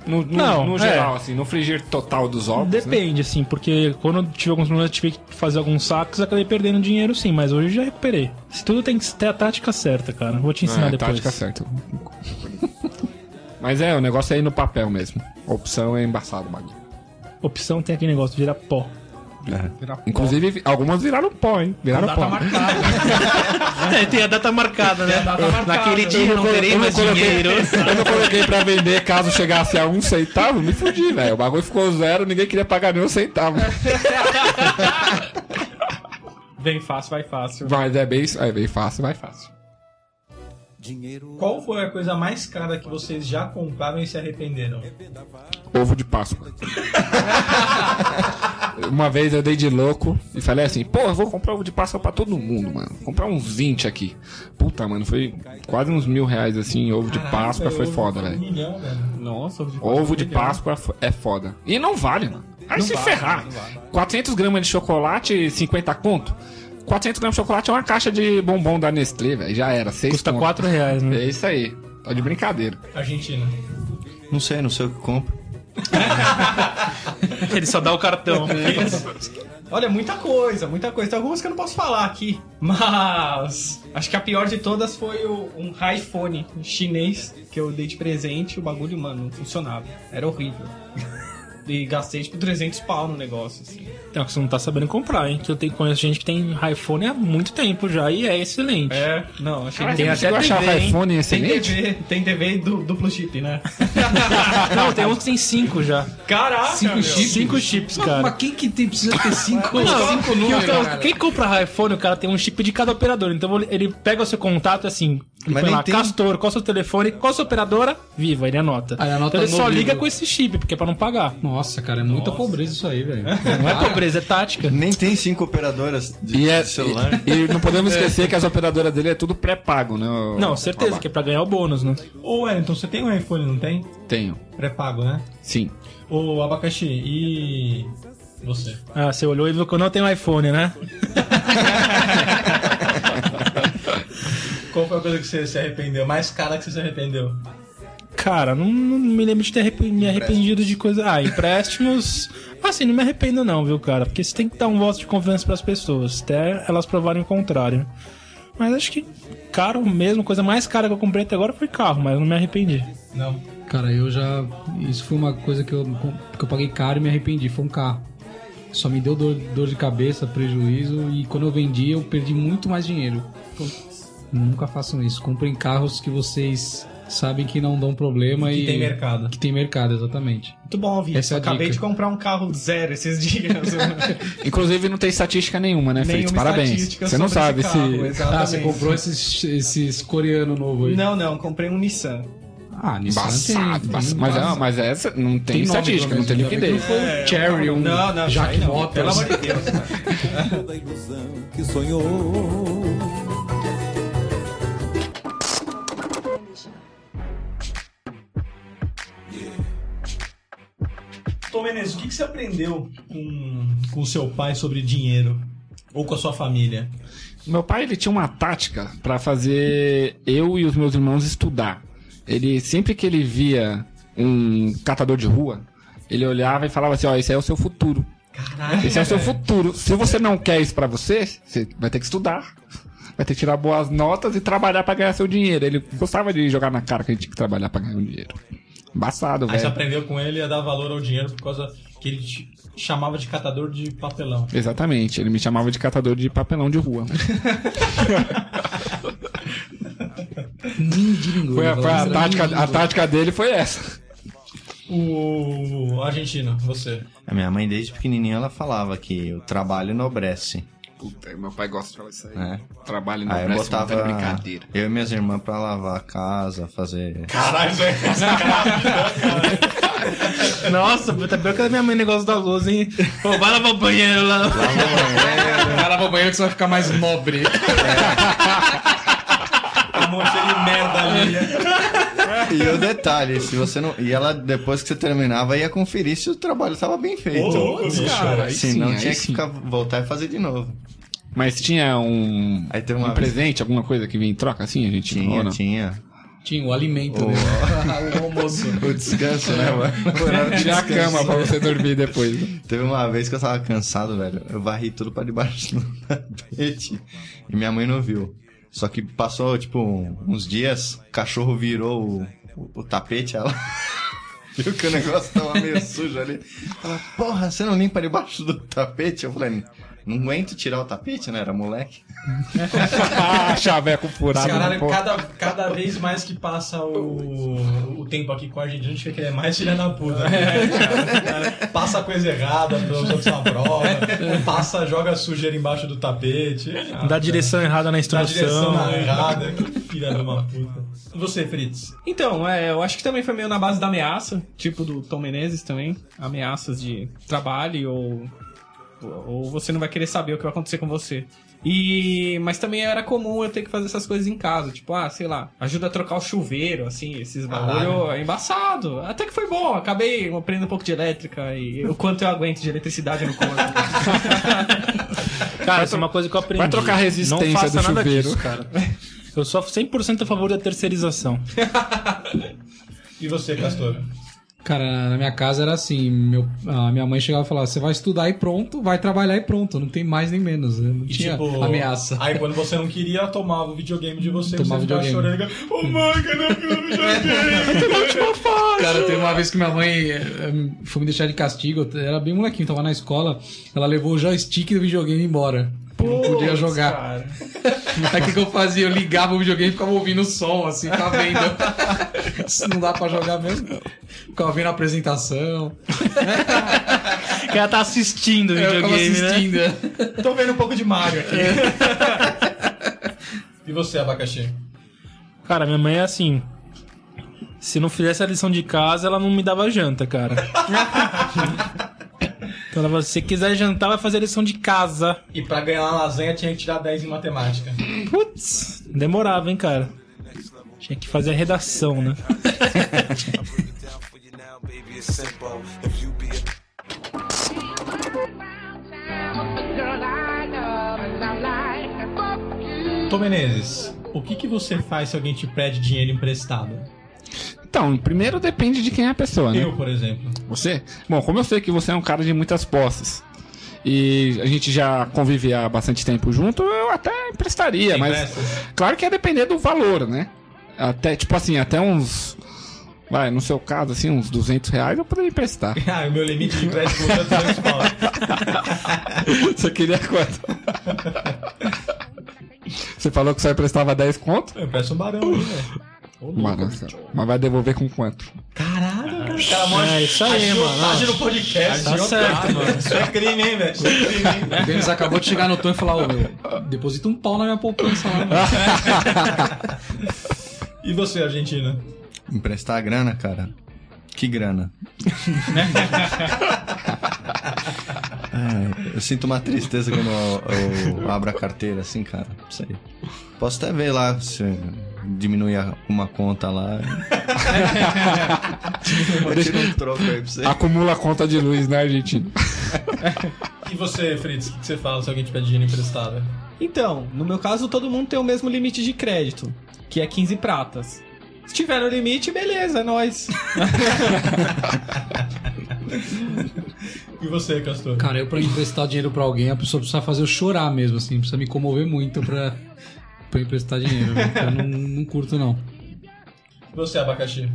No, no- Não, no geral, é. assim, no frigir total dos ovos. né? Depende, assim, porque quando eu tive alguns problemas, eu tive que fazer alguns sacos, eu acabei perdendo dinheiro sim, mas hoje eu já recuperei. Se tudo tem que ter a tática certa, cara. Vou te ensinar É, depois. tática certa. Mas é, o negócio é ir no papel mesmo. A opção é embaçado, Magui. Opção tem aquele negócio, virar pó. Tá Inclusive, algumas viraram pó, hein? Viraram pó. É, tem a data marcada, né? Naquele dia não terei mais dinheiro. Eu não coloquei pra vender caso chegasse a um centavo, me fudi, velho. O bagulho ficou zero, ninguém queria pagar nem um centavo. É. Vem fácil, vai fácil. Mas é bem, é bem fácil, vai fácil. Qual foi a coisa mais cara que vocês já compraram e se arrependeram? Ovo de Páscoa. Uma vez eu dei de louco e falei assim, pô, eu vou comprar ovo de Páscoa pra todo mundo, mano. Vou comprar uns 20 aqui. Puta, mano, foi quase uns mil reais assim, em ovo de Páscoa foi foda, velho. Nossa, ovo de Páscoa. Ovo de Páscoa fo- é foda. E não vale, mano. Aí Não se vale, ferrar. não vale. 400 gramas de chocolate, 50 conto. 400 gramas de chocolate é uma caixa de bombom da Nestlé, velho. Já era. Seis Custa 4 reais, né? É isso aí. Tá de brincadeira. Argentina. Não sei, não sei o que compro. Ele só dá o Então. cartão. Olha, muita coisa, muita coisa. Tem algumas que eu não posso falar aqui. Mas acho que a pior de todas foi o- um iPhone chinês que eu dei de presente. O bagulho, mano, não funcionava. Era horrível. E gastei tipo 300 pau no negócio, assim. Então, que você não tá sabendo comprar, hein? Que eu tenho, conheço gente que tem iPhone há muito tempo já e é excelente. É, não, achei Tem até TV, hein? tem TV, tem TV e du- duplo chip, né? Não, tem uns que tem cinco já. Caraca, meu. Cinco chips, Mas- cara. mas quem que tem, precisa ter cinco- cinco números, cara? Quem compra iPhone, o cara tem um chip de cada operador. Então ele pega o seu contato assim, Mas ele põe nem lá, tem. Castor, qual o seu telefone, qual a sua operadora, viva, ele anota. Aí anota então ele no só ouvido. liga com esse chip, porque é pra não pagar. Nossa, cara, é muita pobreza isso aí, velho. Não é pobreza, é tática. Nem tem cinco operadoras de E, é, celular. e, e não podemos esquecer que as operadoras dele é tudo pré-pago, né? ô- Não, certeza que é pra ganhar o bônus, né? Ô, Wellington, você tem um iPhone, não tem? Tenho, Pré-pago, né? sim. Ô, Abacaxi, e você? Ah, você olhou e viu que eu não tenho iPhone, né? Qual foi a coisa que você se arrependeu? Mais cara que você se arrependeu? Cara, não, não me lembro de ter arrepe- me arrependido de coisa. Ah, empréstimos. Assim, não me arrependo, não, viu, cara? Porque você tem que dar um voto de confiança pras pessoas, até elas provarem o contrário. Mas acho que caro mesmo, coisa mais cara que eu comprei até agora foi carro, mas eu não me arrependi. Não. Cara, eu já. Isso foi uma coisa que eu, que eu paguei caro e me arrependi. Foi um carro. Só me deu dor, dor de cabeça, prejuízo. E quando eu vendi, eu perdi muito mais dinheiro. Nunca façam isso. Comprem carros que vocês sabem que não dão problema Que e. tem mercado. Que tem mercado, exatamente. Muito bom, Vitor. Essa é a Acabei dica. de comprar um carro zero esses dias. Inclusive não tem estatística nenhuma, né, Fritz? Nenhuma Parabéns. estatística Você não sobre sabe esse se. carro, exatamente. Ah, você comprou esses, esses coreano novo aí. não, não, comprei um Nissan. Ah, Nissan Embaçado, embaçado. tem- tem Mas, base. é, mas essa não tem, Tem nome, estatística, pelo não tem menos, ainda bem liquidez. que não foi um É, Cherry, um não, não, Jack isso aí não, Motors. pelo amor de Deus. Toda a ilusão que sonhou. Tom Menezes, o que, que você aprendeu com, com seu pai sobre dinheiro? Ou com a sua família? Meu pai ele tinha uma tática pra fazer eu e os meus irmãos estudar. Ele sempre que ele via um catador de rua, ele olhava e falava assim: "Ó, esse aí é o seu futuro. esse é o seu futuro. Se você não quer isso pra você, você vai ter que estudar. Vai ter que tirar boas notas e trabalhar pra ganhar seu dinheiro". Ele gostava de jogar na cara que a gente tinha que trabalhar pra ganhar um dinheiro. Embaçado, Aí você velho. aprendeu com ele a dar valor ao dinheiro por causa que ele te chamava de catador de papelão. Exatamente, ele me chamava de catador de papelão de rua. Foi a, foi né? a tática, a tática dele foi essa. O argentino, você. A minha mãe, desde pequenininha, ela falava que o trabalho enobrece. Puta, meu pai gosta de falar isso aí. né? Trabalho Aí eu enobrece, não tá botava de brincadeira. eu e minhas irmãs pra lavar a casa, fazer... Caralho, velho. Nossa, tá pior que a minha mãe negócio da luz, hein? Pô, vai lavar o banheiro lá. Vai lavar o assim. banheiro que você vai ficar mais nobre. Um monte de merda ali. E o detalhe, se você não... E ela, depois que você terminava, ia conferir se o trabalho tava bem feito. Ô, louco, Putz, bicho. Aí se sim, não, aí tinha que sim. ficar, voltar e fazer de novo. Mas tinha um, Aí teve um uma vez- presente, alguma coisa que vinha em troca assim, a gente? Tinha, ou não? tinha. Tinha o alimento, né? o almoço. O descanso, né, mano? O horário de Tinha a descanso. cama pra você dormir depois. Teve uma vez que eu tava cansado, velho. Eu varri tudo pra debaixo do tapete. E minha mãe não viu. Só que passou, tipo, um- uns dias, o cachorro virou o, o- o tapete, ela. Viu que o negócio tava meio sujo ali. Ela, porra, você não limpa debaixo do tapete? Eu falei, não aguento tirar o tapete, né? Era moleque. ah, chaveco furado. Caralho, pô. cada, cada vez mais que passa o, o tempo aqui com a gente, a gente vê que ele é mais filha da puta. né, cara? passa coisa errada, os outros na prova, passa, joga sujeira embaixo do tapete. Ah, é. Dá direção errada na Dá instrução. direção errada, que filha de uma puta. Você, Fritz. Então, é, eu acho que também foi meio na base da ameaça, tipo do Tom Menezes também. Ameaças de trabalho ou Ou você não vai querer saber o que vai acontecer com você. E mas também era comum eu ter que fazer essas coisas em casa, tipo, ah, sei lá, ajuda a trocar o chuveiro, assim, esses Ah, bagulho né? é embaçado. Até que foi bom, acabei aprendendo um pouco de elétrica e o quanto eu aguento de eletricidade no corpo. Cara, isso é uma coisa que eu aprendi. vai trocar a resistência Não faça do nada chuveiro. disso, cara. Eu sou 100% a favor da terceirização. E você, Castor? Cara, na minha casa era assim, meu, a minha mãe chegava e falava, você vai estudar e pronto, vai trabalhar e pronto, não tem mais nem menos, né? não E tinha tipo, ameaça. Aí quando você não queria, tomava o videogame de você, Tomava você ficava videogame. chorando e ligava, Ô mãe, cadê o meu videogame? na última fase. Cara, teve uma vez que minha mãe eh, eh, foi me deixar de castigo, eu era bem molequinho, tava na escola, ela levou o joystick do videogame embora. Eu não podia Putz, jogar. cara. Aí o que, que eu fazia? Eu ligava o videogame e ficava ouvindo o som, assim, ficava vendo. Isso não dá pra jogar mesmo. Ficava vendo a apresentação. Que ela tá assistindo o Eu ficava videogame, assistindo, né? é. Tô vendo um pouco de Mario aqui. e você, abacaxi? Cara, minha mãe é assim. Se não fizesse a lição de casa, ela não me dava janta, cara. então ela falou: se quiser jantar, vai fazer a lição de casa. E pra ganhar uma lasanha tinha que tirar 10 em matemática. Putz, demorava, hein, cara. Tinha que fazer a redação, né? Tom Menezes, o que, que você faz se alguém te pede dinheiro emprestado? Então, primeiro depende de quem é a pessoa, né? Eu, por exemplo. Você? Bom, como eu sei que você é um cara de muitas posses e a gente já convive há bastante tempo junto, eu até emprestaria, Você mas empresta? claro que é depender do valor, né? Até, tipo assim, até uns. Vai, no seu caso, assim, uns 200 reais eu poderia emprestar. Ah, o meu limite de empréstimo é 200 pau. Você queria quanto? Você falou que só emprestava 10 conto? Eu empresto um barão aí, velho. Mas, mas vai devolver com quanto? Caralho, cara. O cara mó É, isso aí, agiotagem mano. no podcast. Tá certo, mano. Isso é crime, hein, velho? Isso é crime, hein? O Denis acabou de chegar no tom e falar, ô meu, deposita um pau na minha poupança lá, mano. E você, Argentina? Emprestar a grana, cara. Que grana. Ai, É, eu sinto uma tristeza quando eu, eu abro a carteira assim, cara. Não sei. Posso até ver lá se diminuir a- uma conta lá. eu tiro um troco aí pra você. Acumula a conta de luz na Argentina. E você, Fritz, o que você fala se alguém te pede dinheiro emprestado? Então, no meu caso, todo mundo tem o mesmo limite de crédito, que é 15 pratas. Se tiver no limite, beleza, é nóis. E você, Castor? Cara, eu pra emprestar dinheiro pra alguém, a pessoa precisa fazer eu chorar mesmo, assim, precisa me comover muito pra, pra eu emprestar dinheiro. né? Eu não, não curto, não. E você, abacaxi?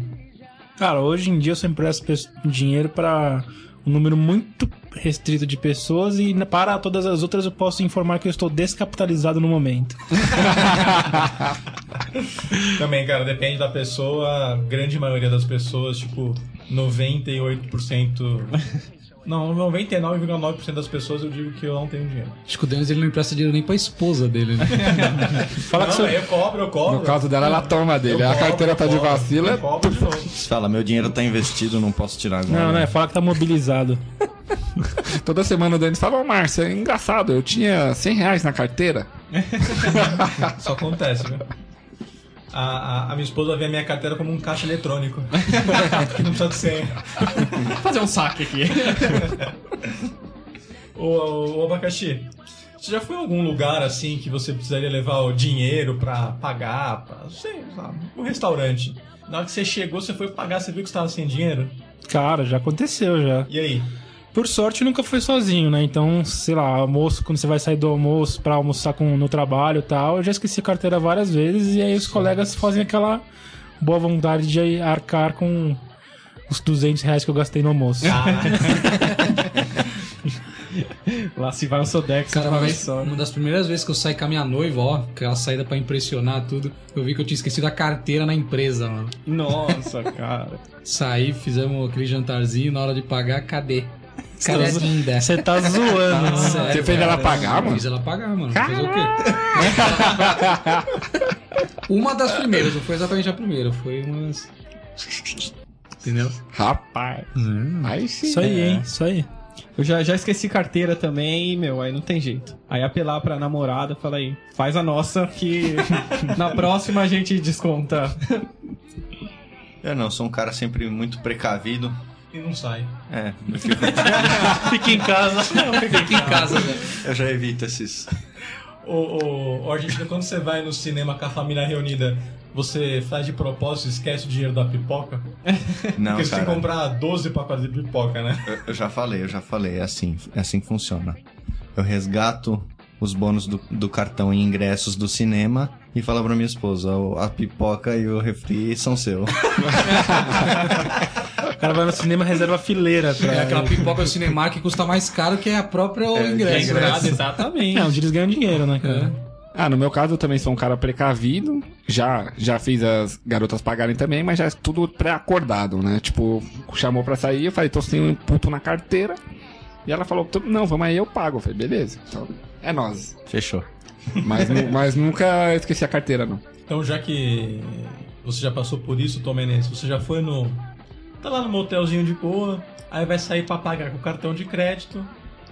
Cara, hoje em dia eu só empresto pes- dinheiro pra um número muito restrito de pessoas e na- para todas as outras eu posso informar que eu estou descapitalizado no momento. Também, cara, depende da pessoa. A grande maioria das pessoas, tipo, 98%. Não, 99,9% das pessoas eu digo que eu não tenho dinheiro. Acho que o Denis ele não empresta dinheiro nem pra esposa dele, né? Fala não, é. eu cobro, eu cobro. No caso dela, ela toma dele. Eu A cobro, carteira tá de cobro, vacila. eu cobro de novo. Você fala, meu dinheiro tá investido, não posso tirar agora. Não, né? Fala que tá mobilizado. Toda semana o Denis fala, ô Márcio, é engraçado, eu tinha 100 reais na carteira. Só acontece, viu? A, a- a minha esposa vê a minha carteira como um caixa eletrônico. que não precisa de senha. Vou fazer um saque aqui. Ô, ô, ô, abacaxi, você já foi em algum lugar assim que você precisaria levar o dinheiro pra pagar, pra, sei lá, um restaurante? Na hora que você chegou, você foi pagar, você viu que você tava sem dinheiro? Cara, já aconteceu já. E aí? Por sorte nunca foi sozinho, né? Então, sei lá, almoço, quando você vai sair do almoço pra almoçar com, no trabalho e tal, eu já esqueci a carteira várias vezes e aí os colegas fazem aquela boa vontade de arcar com os 200 reais que eu gastei no almoço. Ah. Lá se vai o Sodex, Cara, uma uma, vez vez- uma das primeiras vezes que eu saí com a minha noiva, ó, aquela saída pra impressionar tudo, eu vi que eu tinha esquecido a carteira na empresa, mano. Nossa, cara. Saí, fizemos aquele jantarzinho, na hora de pagar, cadê? Cadê a Você tá zo- Dinda? Você tá zoando. Tá né? sério, Você fez ela cara. pagar, mano? Fiz ela pagar, Ah, mano. Fazer o quê? Uma das primeiras, não foi exatamente a primeira, foi umas. Entendeu? Rapaz. Aí sim. Isso aí, hein? Isso aí. Eu já, já esqueci carteira também e, meu, aí não tem jeito. Aí apelar pra namorada, fala aí, faz a nossa que na próxima a gente desconta. Eu não, sou um cara sempre muito precavido. E não sai. É, Fica em casa. Fica em casa, né? eu já evito esses. Ô, ô, ô, Argentina, quando você vai no cinema com a família reunida, você faz de propósito e esquece o dinheiro da pipoca? Não, Porque você tem cara. que comprar 12 pacotes de pipoca, né? Eu, eu já falei, eu já falei. É assim, é assim que funciona. Eu resgato os bônus do, do cartão e ingressos do cinema e falo pra minha esposa: "O- a pipoca e o refri são seu. O cara vai no cinema e reserva fileira pra. É aquela pipoca do Cinemark que custa mais caro que a própria o É, ingresso. né? ingresso. Exatamente. É, onde eles ganham dinheiro, né, cara? É. Ah, no meu caso eu também sou um cara precavido. Já, já fiz as garotas pagarem também, mas já é tudo pré-acordado, né? Tipo, chamou pra sair, eu falei, então você tem um puto na carteira. E ela falou, "Então, não, vamos aí, eu pago. Eu falei, beleza, então é nós. Fechou. Mas, nu- mas nunca esqueci a carteira, não. Então, já que você já passou por isso, Tom Menezes, você já foi no. Tá lá no motelzinho de boa, aí vai sair pra pagar com o cartão de crédito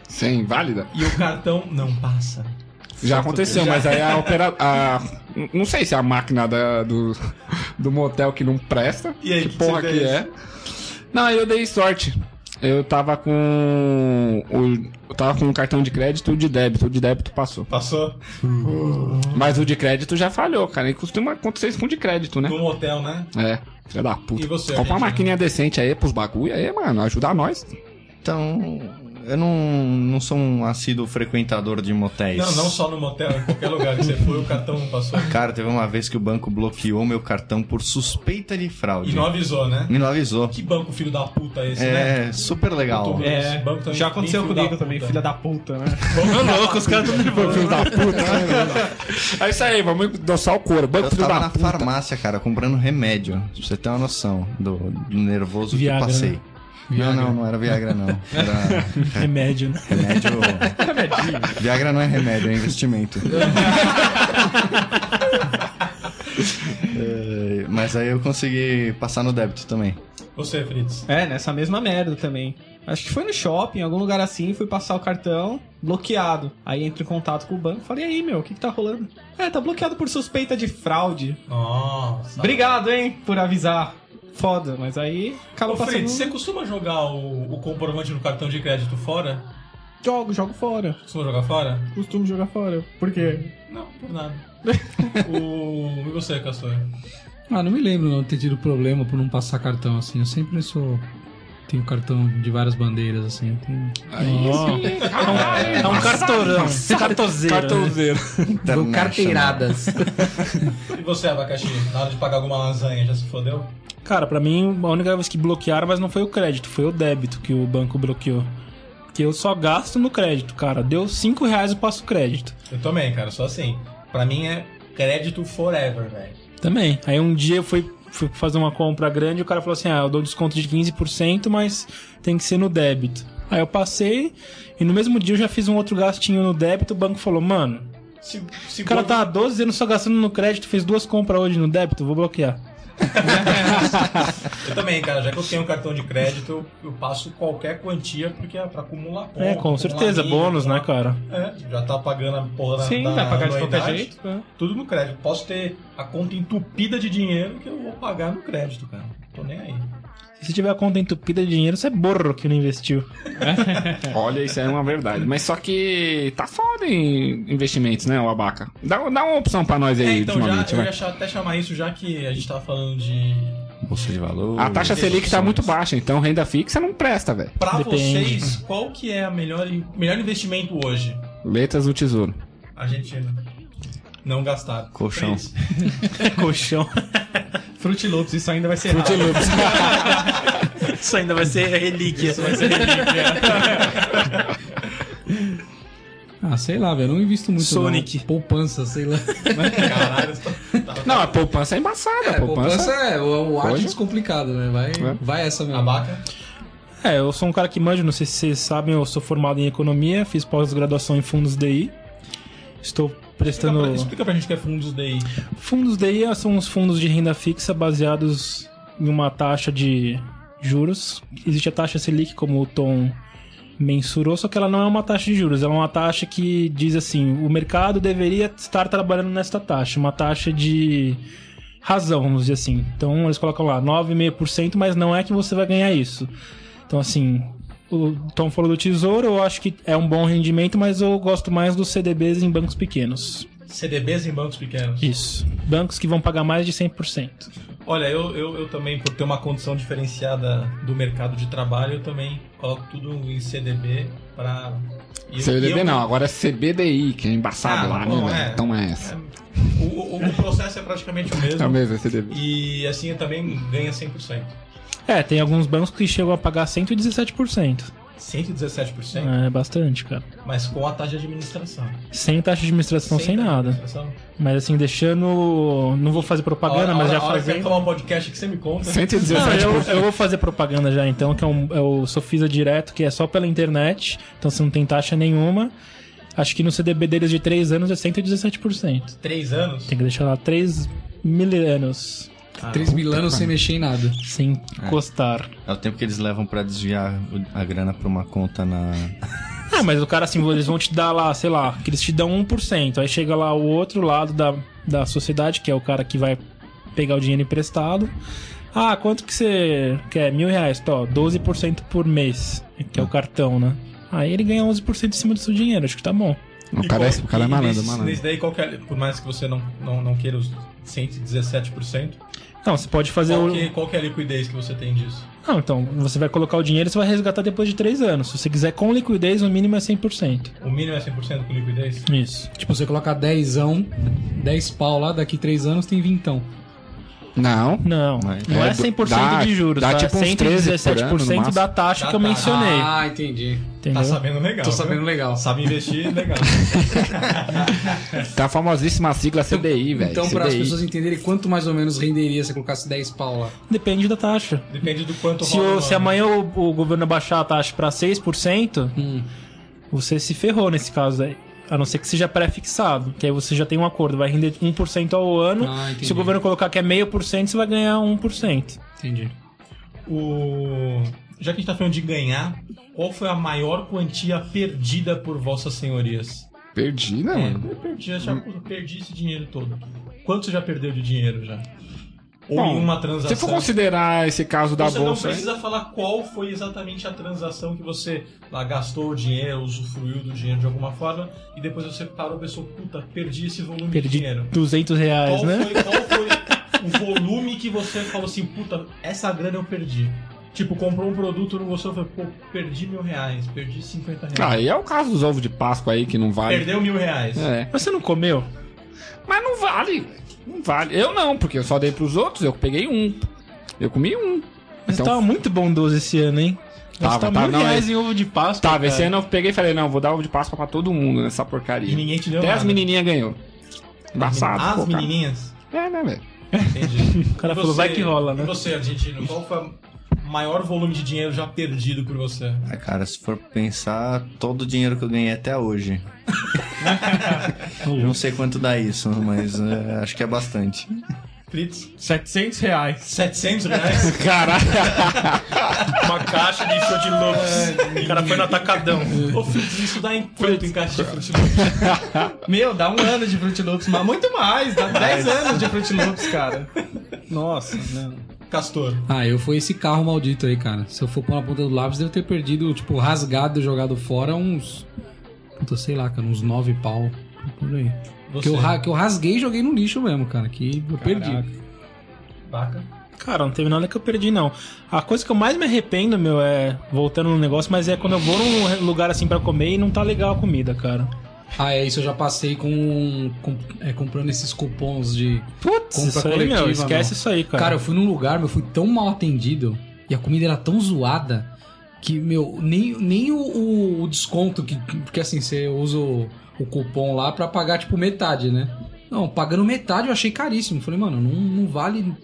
Sem válida? e o cartão não passa. Já aconteceu, Já. mas aí a opera. A, não sei se é a máquina da- do, do motel que não presta. E aí, que, que que porra você que fez? é. Não, aí eu dei sorte. Eu tava com. O, eu tava com um cartão de crédito e o de débito. O de débito passou. Hum. Passou? Mas o de crédito já falhou, cara. E costuma acontecer isso com o de crédito, né? No motel, né? É. Filha da puta. E você, Compra uma Argentina? maquininha decente aí pros bagulho aí, mano. Ajudar nós. Então, eu não, não sou um assíduo frequentador de motéis. Não, não só no motel, em qualquer lugar que você foi, o cartão não passou. Cara, teve uma vez que o banco bloqueou meu cartão por suspeita de fraude. E não avisou, né? Me não avisou. Que banco filho da puta é esse, né? é, super legal. Puto, esse banco também É. Já aconteceu bem filho comigo da também, puta. filha da puta, né? Banco da puta. Filho da puta. É isso aí, vamos dançar o couro. Banco Eu filho tava da na puta. farmácia, cara, comprando remédio. Pra você ter uma noção do, do nervoso Viagra, que eu passei. né? Não, não, não era Viagra, não. Era Remédio, né? remédio. Viagra não é remédio, é investimento. É, Mas aí eu consegui passar no débito também. Você, Fritz. É, nessa mesma merda também. Acho que foi no shopping, em algum lugar assim, fui passar o cartão, bloqueado. Aí entro em contato com o banco, falei, e aí, meu, o que, que tá rolando? É, tá bloqueado por suspeita de fraude. Nossa. Obrigado, hein, por avisar. Foda, mas aí acaba Ô, passando... Fritz, você costuma jogar o, o comprovante do cartão de crédito fora? Jogo, jogo fora. Costuma jogar fora? Costumo jogar fora. Por quê? Não, por nada. o... E você, Castor? Ah, não me lembro não ter tido problema por não passar cartão assim. Eu sempre sou. Tenho cartão de várias bandeiras assim. Eu tenho... É um Então, cartorão. Cartozeiro. Cartozeiro. Dou carteiradas. E você, Abacaxi? Na hora de pagar alguma lasanha, já se fodeu? Cara, pra mim, a única vez que bloquearam, mas não foi o crédito, foi o débito que o banco bloqueou. Porque eu só gasto no crédito, cara. Deu 5 reais, eu passo o crédito. Eu também, cara, só assim. Pra mim é crédito forever, velho. Também. Aí um dia eu fui, fui fazer uma compra grande e o cara falou assim: ah, eu dou desconto de 15%, mas tem que ser no débito. Aí eu passei e no mesmo dia eu já fiz um outro gastinho no débito. O banco falou: mano, Se, se o cara bobe- tá há 12 anos só gastando no crédito, fez duas compras hoje no débito, vou bloquear. Eu também, cara, já que eu tenho um cartão de crédito, eu, eu passo qualquer quantia porque é pra acumular ponto. é, com acumular um certeza, milha, bônus, né, cara? É, já tá pagando a porra da Sim, da vai pagar de qualquer anuidade, jeito, né? Tudo no crédito. Posso ter a conta entupida de dinheiro que eu vou pagar no crédito, cara. Tô nem aí. Se tiver a conta entupida de dinheiro, você é burro que não investiu. Olha, isso aí é uma verdade. Mas só que tá foda em investimentos, né, o Abaca? Dá, dá uma opção pra nós aí, É, então já, ultimamente, eu vai. ia cha- até chamar isso já que a gente tava falando de. Bolsa de valor. A taxa Selic tá muito baixa, então renda fixa não presta, velho. Pra vocês, qual que é a melhor, melhor investimento hoje? Letras do Tesouro. Argentina. Não gastar. Colchão. Três. Colchão. Fruit Loops, isso ainda vai ser Fruit raro. Loops. Isso ainda vai ser relíquia. Vai ser relíquia. Ah, sei lá, velho. eu Não invisto muito. Sonic. Não. Poupança, sei lá. Caralho, Não, a poupança é embaçada. a poupança, Poupança é o, o arte Hoje? descomplicado, né? Vai, É. vai essa mesmo. Abaca. É, eu sou um cara que manja, não sei se vocês sabem, eu sou formado em economia, fiz pós-graduação em fundos DI. Estou Explica pra, prestando. explica pra gente o que é fundos DI. Fundos DI são os fundos de renda fixa baseados em uma taxa de juros. Existe a taxa Selic, como o Tom mensurou, só que ela não é uma taxa de juros, ela é uma taxa que diz assim: o mercado deveria estar trabalhando nesta taxa, uma taxa de razão, vamos dizer assim. Então eles colocam lá 9,5%, mas não é que você vai ganhar isso. Então, assim, o Tom falou do tesouro, eu acho que é um bom rendimento, mas eu gosto mais dos CDBs em bancos pequenos. CDBs em bancos pequenos. Isso. Bancos que vão pagar mais de 100%. Olha, eu, eu, eu também, por ter uma condição diferenciada do mercado de trabalho, eu também coloco tudo em CDB para. CDB não, agora é CBDI, que é embaçado Ah, lá, bom, né? é. velho? Então é essa. O, o- o processo é praticamente o mesmo. É o mesmo, é CDB. E assim também ganha 100%. É, tem alguns bancos que chegam a pagar 117%. 117%, É bastante, cara. mas com a taxa de administração. Tá Sem taxa de administração, sem, taxa de nada. administração. Mas assim, deixando. Não vou fazer propaganda, A hora- mas a já hora que fazendo. acabar o um podcast que você me conta. Não, eu, eu vou fazer propaganda já então, que é, um, é o Sofisa Direto, que é só pela internet, então você não tem taxa nenhuma. Acho que no CDB deles de 3 anos é 117%. 3 anos? Tem que deixar lá 3 mil anos. Três mil anos sem mexer em nada. Sem encostar. É o tempo que eles levam pra desviar o- a grana pra uma conta na. Ah, mas o cara assim, eles vão te dar lá, sei lá, que eles te dão 1%. Aí chega lá o outro lado da, da sociedade, que é o cara que vai pegar o dinheiro emprestado. Ah, quanto que você quer? Mil reais, tô, 12% por mês, que Ah. é o cartão, né? Aí ele ganha 11% em cima do seu dinheiro, acho que tá bom. O cara, é, o cara é E malandro, nesse- malandro. Nesse daí, qualquer, por mais que você não, não, não queira os 117%, Não, você pode fazer qual, o. que, qual que é a liquidez que você tem disso? Não, então, você vai colocar o dinheiro e você vai resgatar depois de 3 anos. Se você quiser com liquidez, o mínimo é 100%. O mínimo é 100% com liquidez? Isso. Tipo, você coloca dezão, 10 pau lá, daqui três anos tem vintão. Não. Não. Não é 100% de juros, Dá tá? tipo uns 13 por ano, no 117% máximo. da taxa que eu mencionei. Ah, entendi. Entendeu? Tá sabendo legal. Tô sabendo viu? legal. Sabe investir, é legal. Tá a famosíssima sigla CDI, velho. Então, para as CDI. pessoas entenderem quanto mais ou menos renderia se colocasse 10 pau lá. Depende da taxa. Depende do quanto Se, rola o- no se ano. amanhã o, o governo baixar a taxa pra 6%, você se ferrou nesse caso aí. A não ser que seja pré-fixado, que aí você já tem um acordo, vai render 1% ao ano. Ah, entendi. se o governo colocar que é 0,5%, você vai ganhar 1%. Entendi. O... Já que a gente tá falando de ganhar, qual foi a maior quantia perdida por vossas senhorias? Perdi, né, É, mano? eu perdi, eu já perdi esse dinheiro todo. Quanto você já perdeu de dinheiro já? Ou Bom, em uma transação? Se for considerar esse caso da você bolsa. Então. não precisa falar qual foi exatamente a transação que você lá, gastou o dinheiro, usufruiu do dinheiro de alguma forma, e depois você parou e pensou, puta, perdi esse volume de Perdi dinheiro. 200 reais, Qual, né? foi, qual foi o volume que você falou assim, puta, essa grana eu perdi? Tipo, comprou um produto, não gostou, falou, pô, perdi mil reais, perdi 50 reais. Ah, e é o caso dos ovos de Páscoa aí que não vale. Perdeu mil reais. É. Mas você não comeu? Mas não vale. velho. Não vale. Eu não, porque eu só dei pros outros, eu peguei um. Eu comi um. Mas Então- tava muito bondoso esse ano, hein? Tava, Gastar tava, mil não, reais é- em ovo de Páscoa. Tava, cara. esse ano eu peguei e falei, não, vou dar ovo de Páscoa pra todo mundo nessa porcaria. E ninguém te deu Até nada. as menininhas ganhou. Embaçado. As pô, cara. menininhas? É, né, velho? Entendi. O cara falou, vai que rola, né? E você, argentino, qual foi o maior volume de dinheiro já perdido por você? Ah, cara, se for pensar, todo o dinheiro que eu ganhei até hoje. não sei quanto dá isso, mas é, acho que é bastante. Fritz? 700 reais. 700 reais? Uma caixa de show de lobos. O cara foi no atacadão. Ô, Fritz, isso dá em quanto em caixa de Fruit Loops? Meu, dá um ano de Fruit Loops, mas muito mais. Dá 10 anos de Fruit Loops, cara. Nossa, né? não. Castor. Ah, eu fui esse carro maldito aí, cara. Se eu for pôr na ponta do lápis, devo ter perdido, tipo, rasgado, jogado fora uns. Puta, sei lá, cara, uns 9 pau. Por aí. Você. Que eu, ra- que eu rasguei e joguei no lixo mesmo, cara. Que eu perdi. Vaca. Cara, não teve nada que eu perdi, não. A coisa que eu mais me arrependo, meu, é voltando no negócio, mas é quando eu vou num re- lugar assim pra comer e não tá legal a comida, cara. Ah, é isso. Eu já passei com, com- é, comprando esses cupons de Putz, isso aí, meu, esquece isso aí, cara. Cara, eu fui num lugar, meu, fui tão mal atendido e a comida era tão zoada que, meu, nem, nem o- o, o desconto que. Porque assim, você usa o, o cupom lá pra pagar, tipo, metade, né? Não, pagando metade eu achei caríssimo. Falei, mano, não, não vale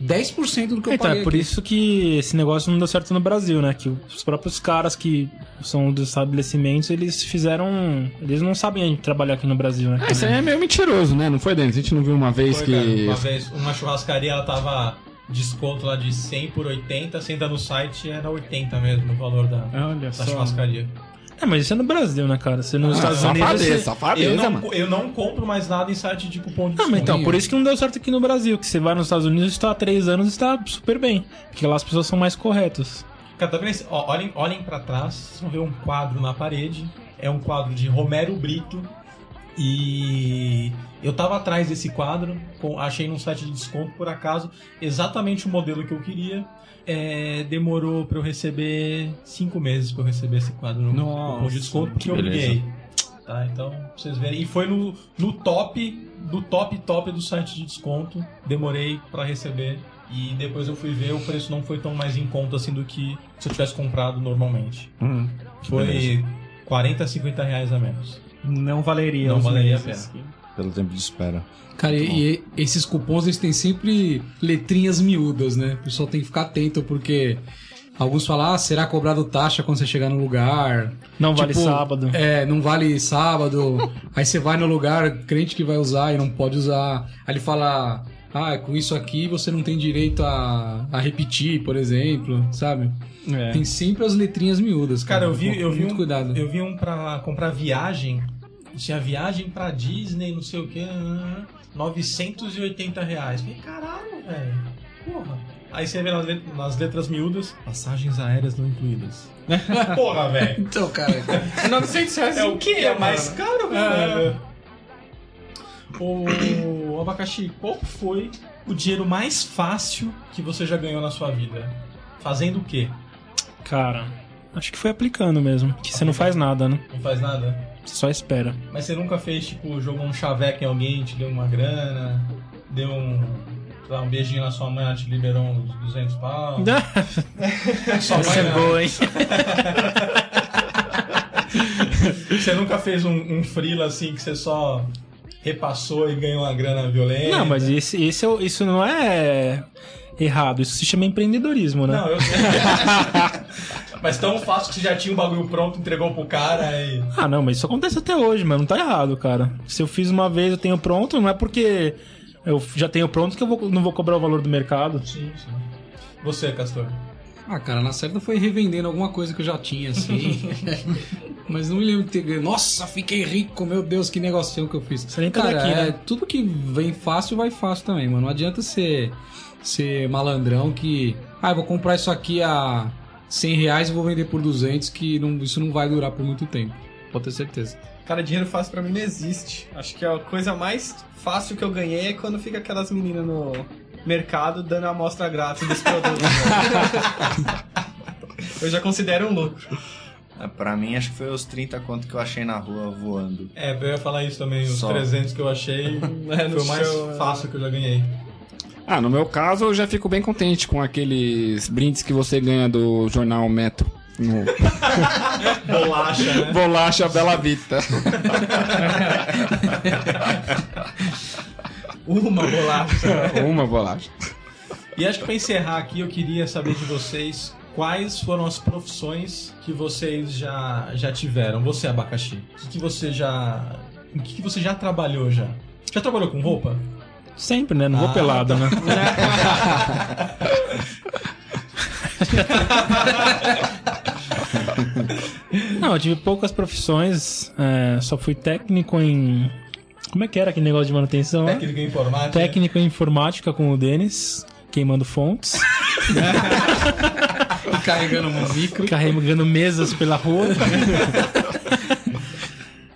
10% do que eu Então, paguei. é por aqui. isso que esse negócio não deu certo no Brasil, né? Que os próprios caras que são dos estabelecimentos, eles fizeram. Eles não sabem trabalhar aqui no Brasil, né? Ah, isso aí é meio mentiroso, né? Não foi, Denis? A gente não viu uma vez Foi, que. cara, uma vez, uma churrascaria, ela tava desconto lá de 100 por 80, você entra no site era 80 mesmo o valor da, da só. churrascaria. É, mas isso é no Brasil, né, cara? Você nos Estados Unidos. você- eu, não, eu não compro mais nada em site de cupom de Ah, mas então, desconto. por isso que não deu certo aqui no Brasil, que você vai nos Estados Unidos, está há três anos e está super bem. Porque lá as pessoas são mais corretas. Cara, tá vendo esse- ó, olhem, olhem pra trás, vocês vão ver um quadro na parede. É um quadro de Romero Brito. E eu tava atrás desse quadro, com- achei num site de desconto por acaso, exatamente o modelo que eu queria. É, demorou pra eu receber cinco meses pra eu receber esse quadro no Nossa, cupom de desconto, porque que eu beleza. briguei. Tá, então pra vocês verem. E foi no, no top, do top top do site de desconto. Demorei pra receber. E depois eu fui ver, o preço não foi tão mais em conta assim do que se eu tivesse comprado normalmente. Hum, foi beleza. 40, 50 reais a menos. Não valeria. Não os valeria a meses. pena. Pelo tempo de espera. Cara, e, e esses cupons eles têm sempre letrinhas miúdas, né? O pessoal tem que ficar atento porque alguns falam, ah, será cobrado taxa quando você chegar no lugar? Não vale Tipo, sábado. É, não vale sábado. Aí você vai no lugar, crente que vai usar e não pode usar. Aí ele fala, ah, com isso aqui você não tem direito a, a repetir, por exemplo, sabe? É. Tem sempre as letrinhas miúdas. Cara, Cara, eu vi, eu vi Muito um, cuidado. eu vi um pra comprar viagem. Tinha viagem pra Disney, não sei o que, 980 reais. Falei, caralho, velho. Porra. Aí você vê nas let- nas letras miúdas, passagens aéreas não incluídas. Porra, velho. Então, cara. 900 reais é o quê? É mano? mais caro, É. velho. O abacaxi, qual foi o dinheiro mais fácil que você já ganhou na sua vida? Fazendo o quê? Cara, acho que foi aplicando mesmo. Que você não faz nada, né? Não faz nada? Você só espera. Mas você nunca fez, tipo, jogou um chaveco em alguém, te deu uma grana, deu um. sei lá, um beijinho na sua mãe, ela te liberou uns 200 pau. Essa Sua é mãe, né? boa, hein? Você nunca fez um, um freela assim que você só repassou e ganhou uma grana violenta? Não, mas esse, esse é o- isso não é errado. Isso se chama empreendedorismo, né? Não, eu sei. mas tão fácil que você já tinha o bagulho pronto, entregou pro cara e. Ah, não, mas isso acontece até hoje, mano. Não tá errado, cara. Se eu fiz uma vez, eu tenho pronto, não é porque eu já tenho pronto que eu vou- não vou cobrar o valor do mercado. Sim, sim. Você, Castor. Ah, cara, na certa foi revendendo alguma coisa que eu já tinha, assim. Mas não me lembro de ter ganho. Nossa, fiquei rico, meu Deus, que negocinho que eu fiz. Você nem tá cara, daqui, né? é, tudo que vem fácil, vai fácil também, mano. Não adianta ser, ser malandrão que... Ah, eu vou comprar isso aqui a 100 reais e vou vender por 200, que não- isso não vai durar por muito tempo. Pode ter certeza. Cara, dinheiro fácil pra mim não existe. Acho que a coisa mais fácil que eu ganhei é quando fica aquelas meninas no mercado dando a amostra grátis dos produtos. né? eu já considero um lucro. Ah, Pra mim, acho que foi os 30 conto que eu achei na rua voando. É, eu ia falar isso também, os Só. 300 que eu achei É, no foi o mais show, é. fácil que eu já ganhei. Ah, no meu caso, eu já fico bem contente com aqueles brindes que você ganha do jornal Metro. No- Bolacha, né? Bolacha Bela Vita. Uma bolacha. Uma bolacha. E acho que pra encerrar aqui, eu queria saber de vocês quais foram as profissões que vocês já, já tiveram. Você, abacaxi, o que, que você já. O que, que você já trabalhou já? Já trabalhou com roupa? Sempre, né? Não vou Ah, pelado, tá. né? Não, eu tive poucas profissões, é, só fui técnico em. Como é que era aquele negócio de manutenção? lá? Técnico em informática. Técnico em informática com o Denis, queimando fontes. Carregando um micro. Carregando mesas pela rua.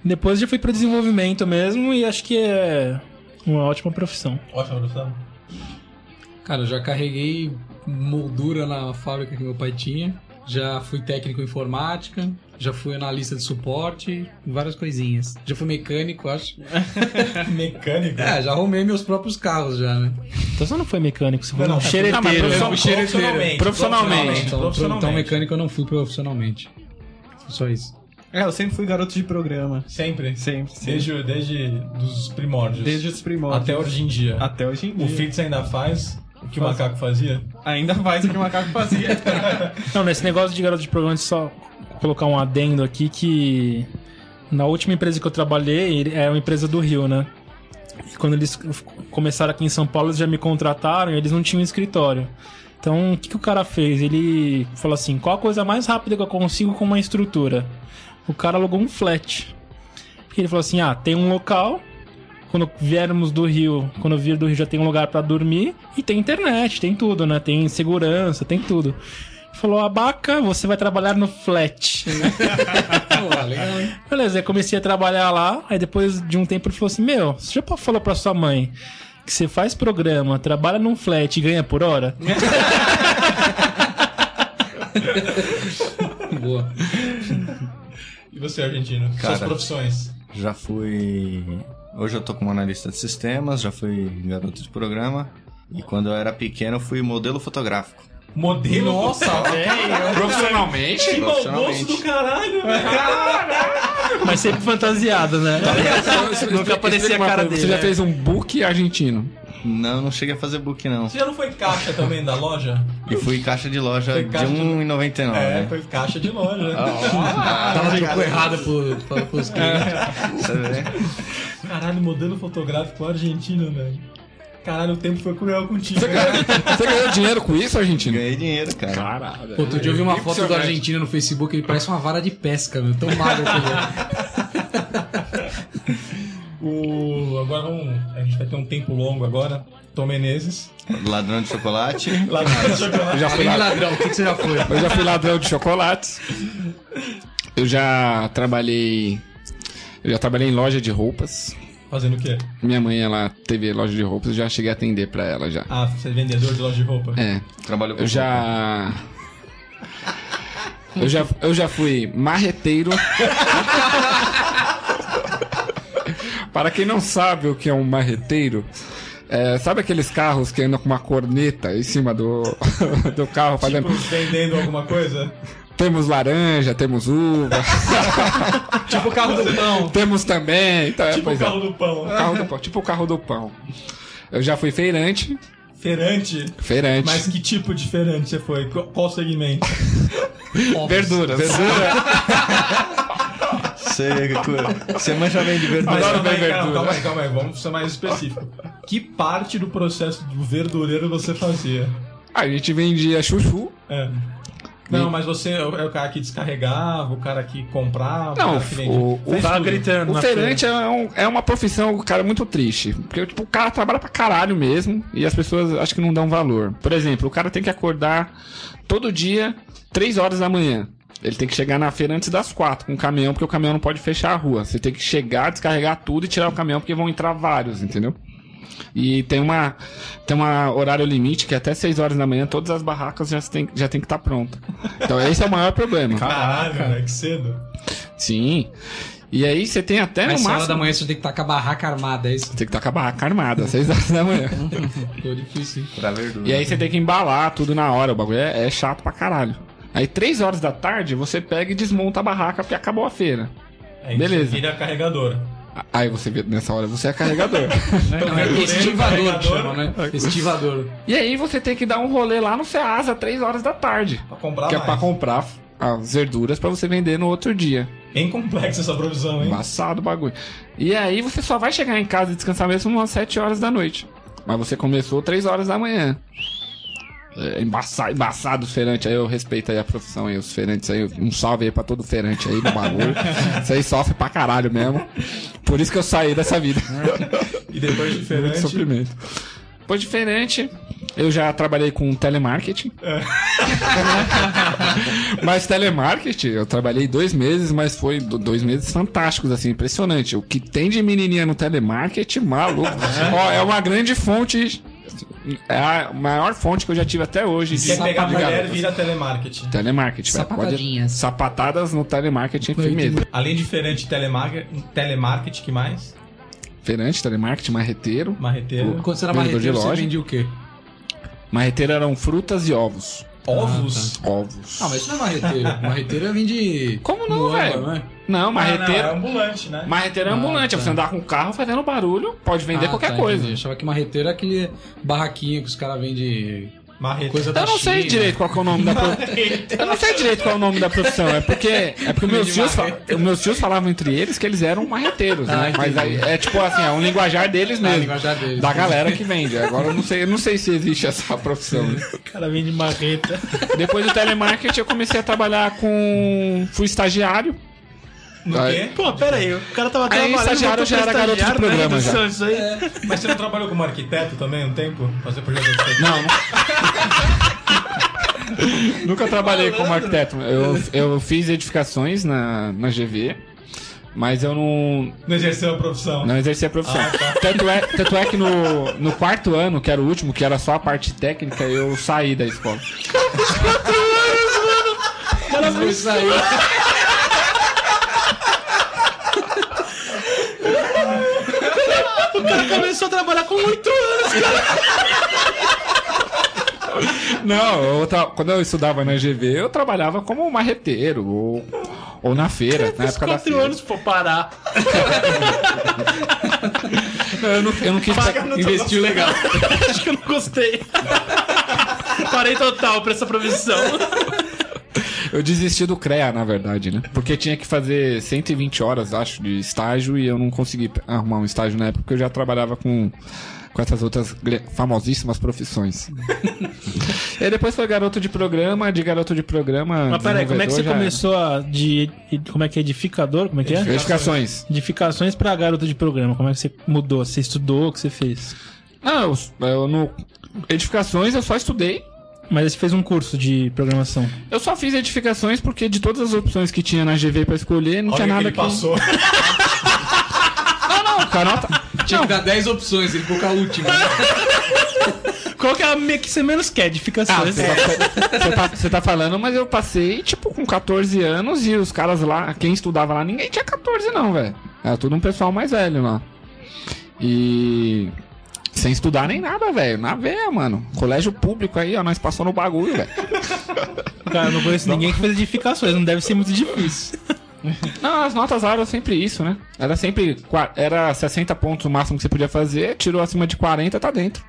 Depois já fui para desenvolvimento mesmo e acho que é uma ótima profissão. Ótima profissão. Cara, eu já carreguei moldura na fábrica que meu pai tinha. Já fui técnico em informática, já fui analista de suporte, várias coisinhas. Já fui mecânico, acho. Mecânico? É, já arrumei meus próprios carros já, né? Então você não foi mecânico, você foi Não, um é- xereteiro. não, mas Eu fui profissionalmente, xereteiro. profissionalmente. Então, Profissionalmente. então mecânico eu não fui profissionalmente. Só isso. É, eu sempre fui garoto de programa. Sempre? Sempre. sempre. Desde, desde dos primórdios. Desde os primórdios. Até hoje em dia. Até hoje em dia. O Fitz ainda faz o que o Faz. macaco fazia? Ainda faz o que o macaco fazia. Não, nesse negócio de garoto de programa, deixa eu só colocar um adendo aqui que na última empresa que eu trabalhei, ele- é uma empresa do Rio, né? E quando eles f- começaram aqui em São Paulo, eles já me contrataram e eles não tinham escritório. Então, o que, que o cara fez? Ele falou assim: qual a coisa mais rápida que eu consigo com uma estrutura? O cara alugou um flat. Ele falou assim: ah, tem um local. Quando viermos do Rio, quando eu vir do Rio já tem um lugar pra dormir e tem internet, tem tudo, né? Tem segurança, tem tudo. Ele Falou, abaca, você vai trabalhar no flat. Beleza, eu comecei a trabalhar lá, aí depois de um tempo ele falou assim: Meu, você já falou pra sua mãe que você faz programa, trabalha num flat e ganha por hora? Boa. E você, argentino? Suas Cara. profissões. Já fui. Hoje eu tô como analista de sistemas, já fui garoto de programa. E quando eu era pequeno, eu fui modelo fotográfico. Modelo Nossa, fotográfico. velho. Profissionalmente? Que maldoso Profissionalmente. do caralho, velho. É Mas sempre fantasiado, né? Nunca aparecia a cara dele. Você já né? fez um book argentino? Não, não cheguei a fazer book, não. Você já não foi caixa também da loja? E fui caixa de loja Foi caixa de de- 1,99. É, né? foi caixa de loja, né? Ah. Dava troco errado pro, pro, pros clientes. Você vê? Caralho, modelo fotográfico argentino, velho. Caralho, o tempo foi cruel contigo. né? Você ganhou dinheiro com isso, argentino? Ganhei dinheiro, cara. Caralho. Outro dia eu vi uma foto do Impressionante. argentino no Facebook, ele parece uma vara de pesca, meu. Tão magro que ele é. O... Agora vamos... A gente vai ter um tempo longo agora. Tom Menezes. Ladrão de chocolate. Lá no chocolate. já fui Além de lá- ladrão, o que, que você já foi? Eu já fui ladrão de chocolates. Eu já trabalhei. Eu já trabalhei em loja de roupas. Fazendo o quê? Minha mãe, ela teve loja de roupas, eu já cheguei a atender pra ela já. Ah, você é vendedor de loja de roupa? É. Trabalhou com Eu já. Eu já, eu já fui marreteiro. Para quem não sabe o que é um marreteiro, é, sabe aqueles carros que andam com uma corneta em cima do, do carro fazendo. Tipo, vendendo alguma coisa? Temos laranja, temos uva. tipo o carro do pão. Temos também. Então, é, Tipo o pois é. carro do pão. O carro do pão, Tipo o carro do pão. Eu já fui feirante. Feirante? Feirante. Mas que tipo de feirante você foi? Qu- Qual segmento? Verduras. Você, é. você mancha bem de verdade. Mas calma aí, calma, calma aí, calma aí, vamos ser mais específico. Que parte do processo do verdureiro você fazia? A gente vendia chuchu. É. Não, mas você é o é o cara que descarregava, o cara que comprava, Não, o cara que vendia. o- o- Fez tava tudo. gritando O na feirante feira. é, um- é uma profissão, cara, muito triste. Porque, tipo, o cara trabalha pra caralho mesmo e as pessoas acho que não dão valor. Por exemplo, o cara tem que acordar todo dia, 3 horas da manhã. Ele tem que chegar na feira antes das 4 com o caminhão, porque o caminhão não pode fechar a rua. Você tem que chegar, descarregar tudo e tirar o caminhão, porque vão entrar vários, entendeu? E tem uma tem uma horário limite que é até 6 horas da manhã todas as barracas já tem, já tem que estar pronta. Então esse é o maior problema. Caralho, velho, né? que cedo. Sim. E aí você tem até É no Mas essa hora máximo. da manhã você tem que estar com a barraca armada, é isso? Tem que estar com a barraca armada, às 6 horas da manhã. Ficou difícil. hein? Pra verdura. E aí você tem que embalar tudo na hora, o bagulho é, é chato pra caralho. Aí 3 horas da tarde você pega e desmonta a barraca porque acabou a feira. Aí Beleza. você vira carregador. A- Aí você vê, nessa hora você é carregador. Não, é verdureiro, estivador que carregador. chama, né? É. Estivador. e aí você tem que dar um rolê lá no Ceasa 3 horas da tarde. Pra comprar que é mais. pra comprar as verduras pra você vender no outro dia. é Bem complexa essa provisão, hein? Embaçado o bagulho. E aí você só vai chegar em casa e descansar mesmo umas 7 horas da noite. Mas você começou 3 horas da manhã. É, embaçado, embaçado os feirantes aí, eu respeito aí a profissão aí, os feirantes aí. Um salve aí pra todo feirante aí do bagulho. Isso aí sofre pra caralho mesmo. Por isso que eu saí dessa vida. E depois de Muito feirante. sofrimento. Pois diferente, eu já trabalhei com telemarketing. É. mas telemarketing, eu trabalhei dois meses, mas foi do- dois meses fantásticos, assim, impressionante. O que tem de menininha no telemarketing, maluco. Ó, é uma grande fonte. É a maior fonte que eu já tive até hoje. de- Quer pegar a de mulher, garotas. vira telemarketing. Telemarketing, velho. Pode... Sapatadinhas. Sapatadas no telemarketing Foi firmeza. Além de feirante telemarketing, telemarketing, que mais? Feirante, telemarketing, marreteiro. Marreteiro. Quando você era Vendedor de marreteiro, você loja. vendia o quê? Marreteiro eram frutas e ovos. Ovos? Ovos. Ah, mas isso não é marreteiro. Marreteiro é vende... Como não, muamba, velho? né? Não, Ah, marreteiro. não, é ambulante, né? Marreteiro é Ah, ambulante, é tá. você andar com o carro fazendo barulho, pode vender Ah, qualquer tá, coisa. entendi. Eu achava que marreteiro é aquele barraquinho que os caras vendem Marreta. Eu não sei direito qual que é o nome da profissão. Eu não sei direito qual é o nome da profissão. É porque, é porque meus, tios fal- meus tios falavam entre eles que eles eram marreteiros, Ah, né? entendi. Mas aí é tipo assim, é um linguajar deles Ah, mesmo. linguajar deles. Da galera que vende. Agora eu não sei, eu não sei se existe essa profissão. né? O cara vende marreta. Depois do telemarketing eu comecei a trabalhar com. fui estagiário. No quê? Pô, pera aí, o cara tava Aí, estagiário voltou já pra era garoto de estagiário, né, programa já. Edson? Isso aí. É. Mas você não trabalhou como arquiteto também um tempo? Fazer projeto de arquiteto? Não. Nunca trabalhei como arquiteto. Eu, eu fiz edificações na, na GV, mas eu não. Não exerceu a profissão. Ah, tá. Não exerci a profissão. tanto, é, tanto é que no, no quarto ano, que era o último, que era só a parte técnica, eu saí da escola. Quatro anos, mano! Cara, Foi isso aí. O cara começou a trabalhar com oito anos, cara! Não, eu tra- quando eu estudava na GV, eu trabalhava como marreteiro ou, ou na feira, na Fez época da quatro feira. anos, pô, parar. Eu não, eu não quis Paga no investir teu- legal. Acho que eu não gostei. Parei total pra essa profissão. Eu desisti do CREA, na verdade, né? Porque tinha que fazer 120 horas, acho, de estágio e eu não consegui arrumar um estágio na época porque eu já trabalhava com, com essas outras gle- famosíssimas profissões. e aí depois foi garoto de programa, de garoto de programa. Mas peraí, como é que você desenvolvedor, começou a. De, ed- como é que é? Edificador? Como é que é? Edificações. Edificações pra garoto de programa. Como é que você mudou? Você estudou? O que você fez? já era. Não, Ah, eu, eu no. Edificações eu só estudei. Mas você fez um curso de programação. Eu só fiz edificações porque de todas as opções que tinha na GV pra escolher, não Olha tinha que nada ele passou. não, não, cara, nota- Tinha que dar 10 opções, ele colocou a última. Qual que é a minha que você menos quer? Ah, Edificações. você, tá, você tá- você tá falando, mas eu passei, tipo, com 14 anos e os caras lá, quem estudava lá, ninguém tinha 14 não, velho. Era tudo um pessoal mais velho lá. E... Sem estudar nem nada, velho. Na veia, mano. Colégio público aí, ó, nós passou no bagulho, velho. Cara, eu não conheço ninguém que fez edificações. Não deve ser muito difícil. Não, as notas eram sempre isso, né? Era sempre... qua- Era 60 pontos o máximo que você podia fazer, tirou acima de 40, tá dentro.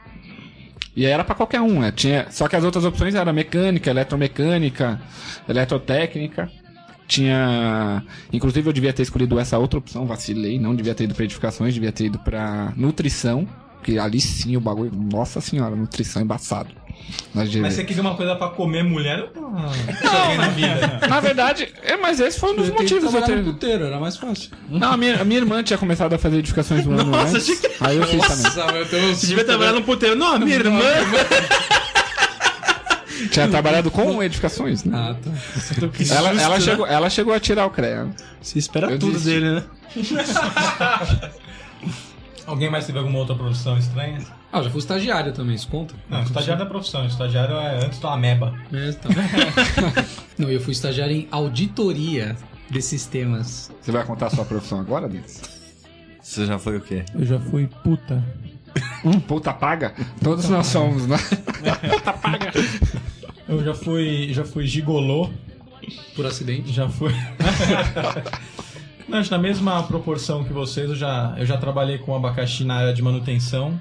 E aí era pra qualquer um, né? Tinha, só que as outras opções eram mecânica, eletromecânica, eletrotécnica. Tinha. Inclusive eu devia ter escolhido essa outra opção, vacilei, não devia ter ido pra edificações, devia ter ido pra nutrição. Que ali sim o bagulho. Nossa senhora, nutrição embaçado. é, Na GV. Mas você quis é uma coisa pra comer mulher? é Não, na vida. Na verdade, é, mas esse foi um dos motivos eu ter. puteiro, era mais fácil. Não, a minha, a minha irmã tinha começado a fazer edificações um ano Nossa, antes. achei que. Aí eu fiz também. Você devia trabalhar num puteiro. Não, minha irmã. Tinha trabalhado com edificações, né? Ah, Que tá. Ela, susto, ela né? chegou, ela chegou a tirar o CREA. Você espera tudo dele, né? Alguém mais teve alguma outra profissão estranha? Ah, já fui estagiário também, isso conta? Ah. Não, estagiário é profissão. Estagiário é antes da ameba. É, tá. Não, eu fui estagiário em auditoria de sistemas. Você vai contar a sua profissão agora, Denis? Você já foi o quê? Eu já fui puta. Puta paga? Todos nós somos, né? Eu já fui, já fui gigolô. Por acidente? Já fui. Não, acho que na mesma proporção que vocês, eu já, eu já trabalhei com abacaxi na área de manutenção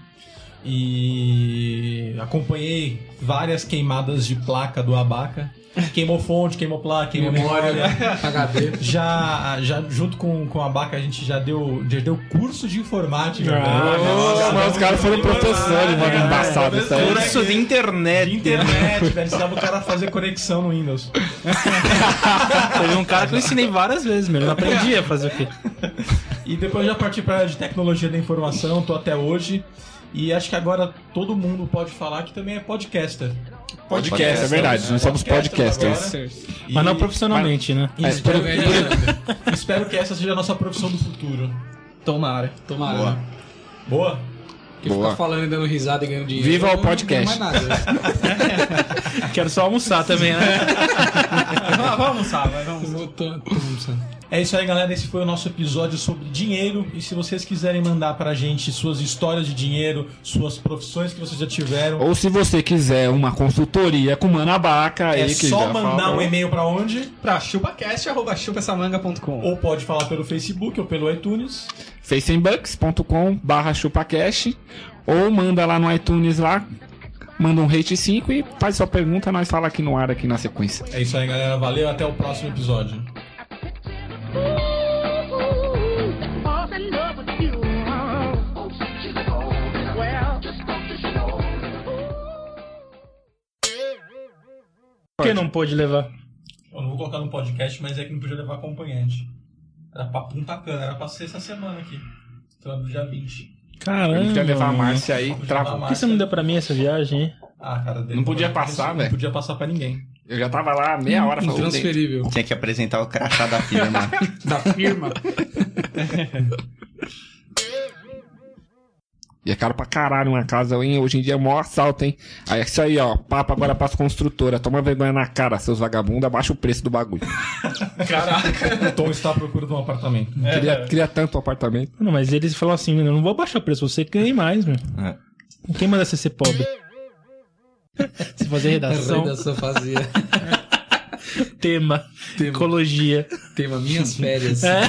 e acompanhei várias queimadas de placa do abaca. Queimou fonte, queimou placa, queimou Memória, memória. HD. Já, já junto com, com a abaca a gente já deu, já deu curso de né? informática. né? Ah, velho. nossa, mas os caras foram professores, mano, embaçado isso aí. Curso de É internet. Internet, velho, precisava o cara fazer conexão no Windows. Teve um cara que eu ensinei várias vezes, meu. Eu não aprendi a fazer o quê? E depois eu já parti para área de tecnologia da informação, tô até hoje. E acho que agora todo mundo pode falar que também é podcaster. Podcast, é verdade, nós somos podcasters. agora. é E- Mas não profissionalmente, né? E espero, espero que essa seja a nossa profissão do futuro. Tomara. Tomara. Boa. né? Boa? Porque Boa. ficar falando e dando risada e ganhando dinheiro. Viva o eu não ganho podcast. mais nada. Quero só almoçar também, né? vamos almoçar, vai, vamos. Eu tô- tô almoçando. É isso aí, galera. Esse foi o nosso episódio sobre dinheiro. E se vocês quiserem mandar pra gente suas histórias de dinheiro, suas profissões que vocês já tiveram, Ou se você quiser uma consultoria com Manabaca aí é que só já mandar fala. um e-mail pra onde? Pra chupacast.chupessamanga.com Ou pode falar pelo Facebook ou pelo iTunes. facebooks.com barra chupacast ou manda lá no iTunes lá manda um rate 5 e faz sua pergunta, nós fala aqui no ar aqui na sequência. É isso aí, galera. Valeu, até o próximo episódio. Por que não pôde levar? Eu não vou colocar no podcast, mas é que não podia levar acompanhante. Era pra Punta Cana, era pra ser essa semana aqui. Então era do dia 20. Caramba. Ele podia levar a mano. Márcia aí, Podia trava. levar a Por que você não deu pra mim essa viagem, hein? Ah, cara, Não podia passar, velho. Não podia passar pra ninguém. Eu já tava lá meia hora falando. Tinha que apresentar o crachá da firma. da firma. E é caro pra caralho uma casa, hein? Hoje em dia é o maior assalto, hein? Aí é isso aí, ó. Papo agora pras construtoras. Toma vergonha na cara, seus vagabundos. Abaixa o preço do bagulho. O Tom está à procura de um apartamento. queria, queria tanto um apartamento. Não, mas eles falaram assim, eu não vou baixar o preço, você ganha mais, meu. Quem manda você ser pobre? Você fazer redação. Redação fazia. Tema, Ecologia. Tema minhas férias. É.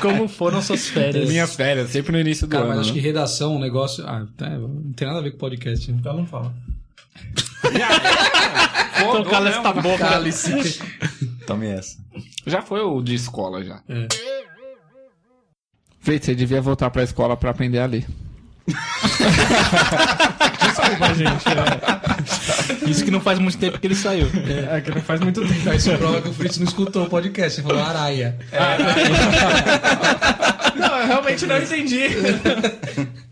Como foram suas férias? Minhas férias, sempre no início do Cara, mas ano. acho que né? redação, um negócio. Ah, tá, não tem nada a ver com podcast. Né? Então não fala. Então cala esta boca. Cálice. Tome essa. Já foi o de escola, já. É. Feito, você devia voltar pra escola pra aprender a ler. Desculpa, gente. é. Isso que não faz muito tempo que ele saiu. É, que não faz muito tempo. Isso prova que o Fritz não escutou o podcast, ele falou araia. Não, eu realmente não entendi.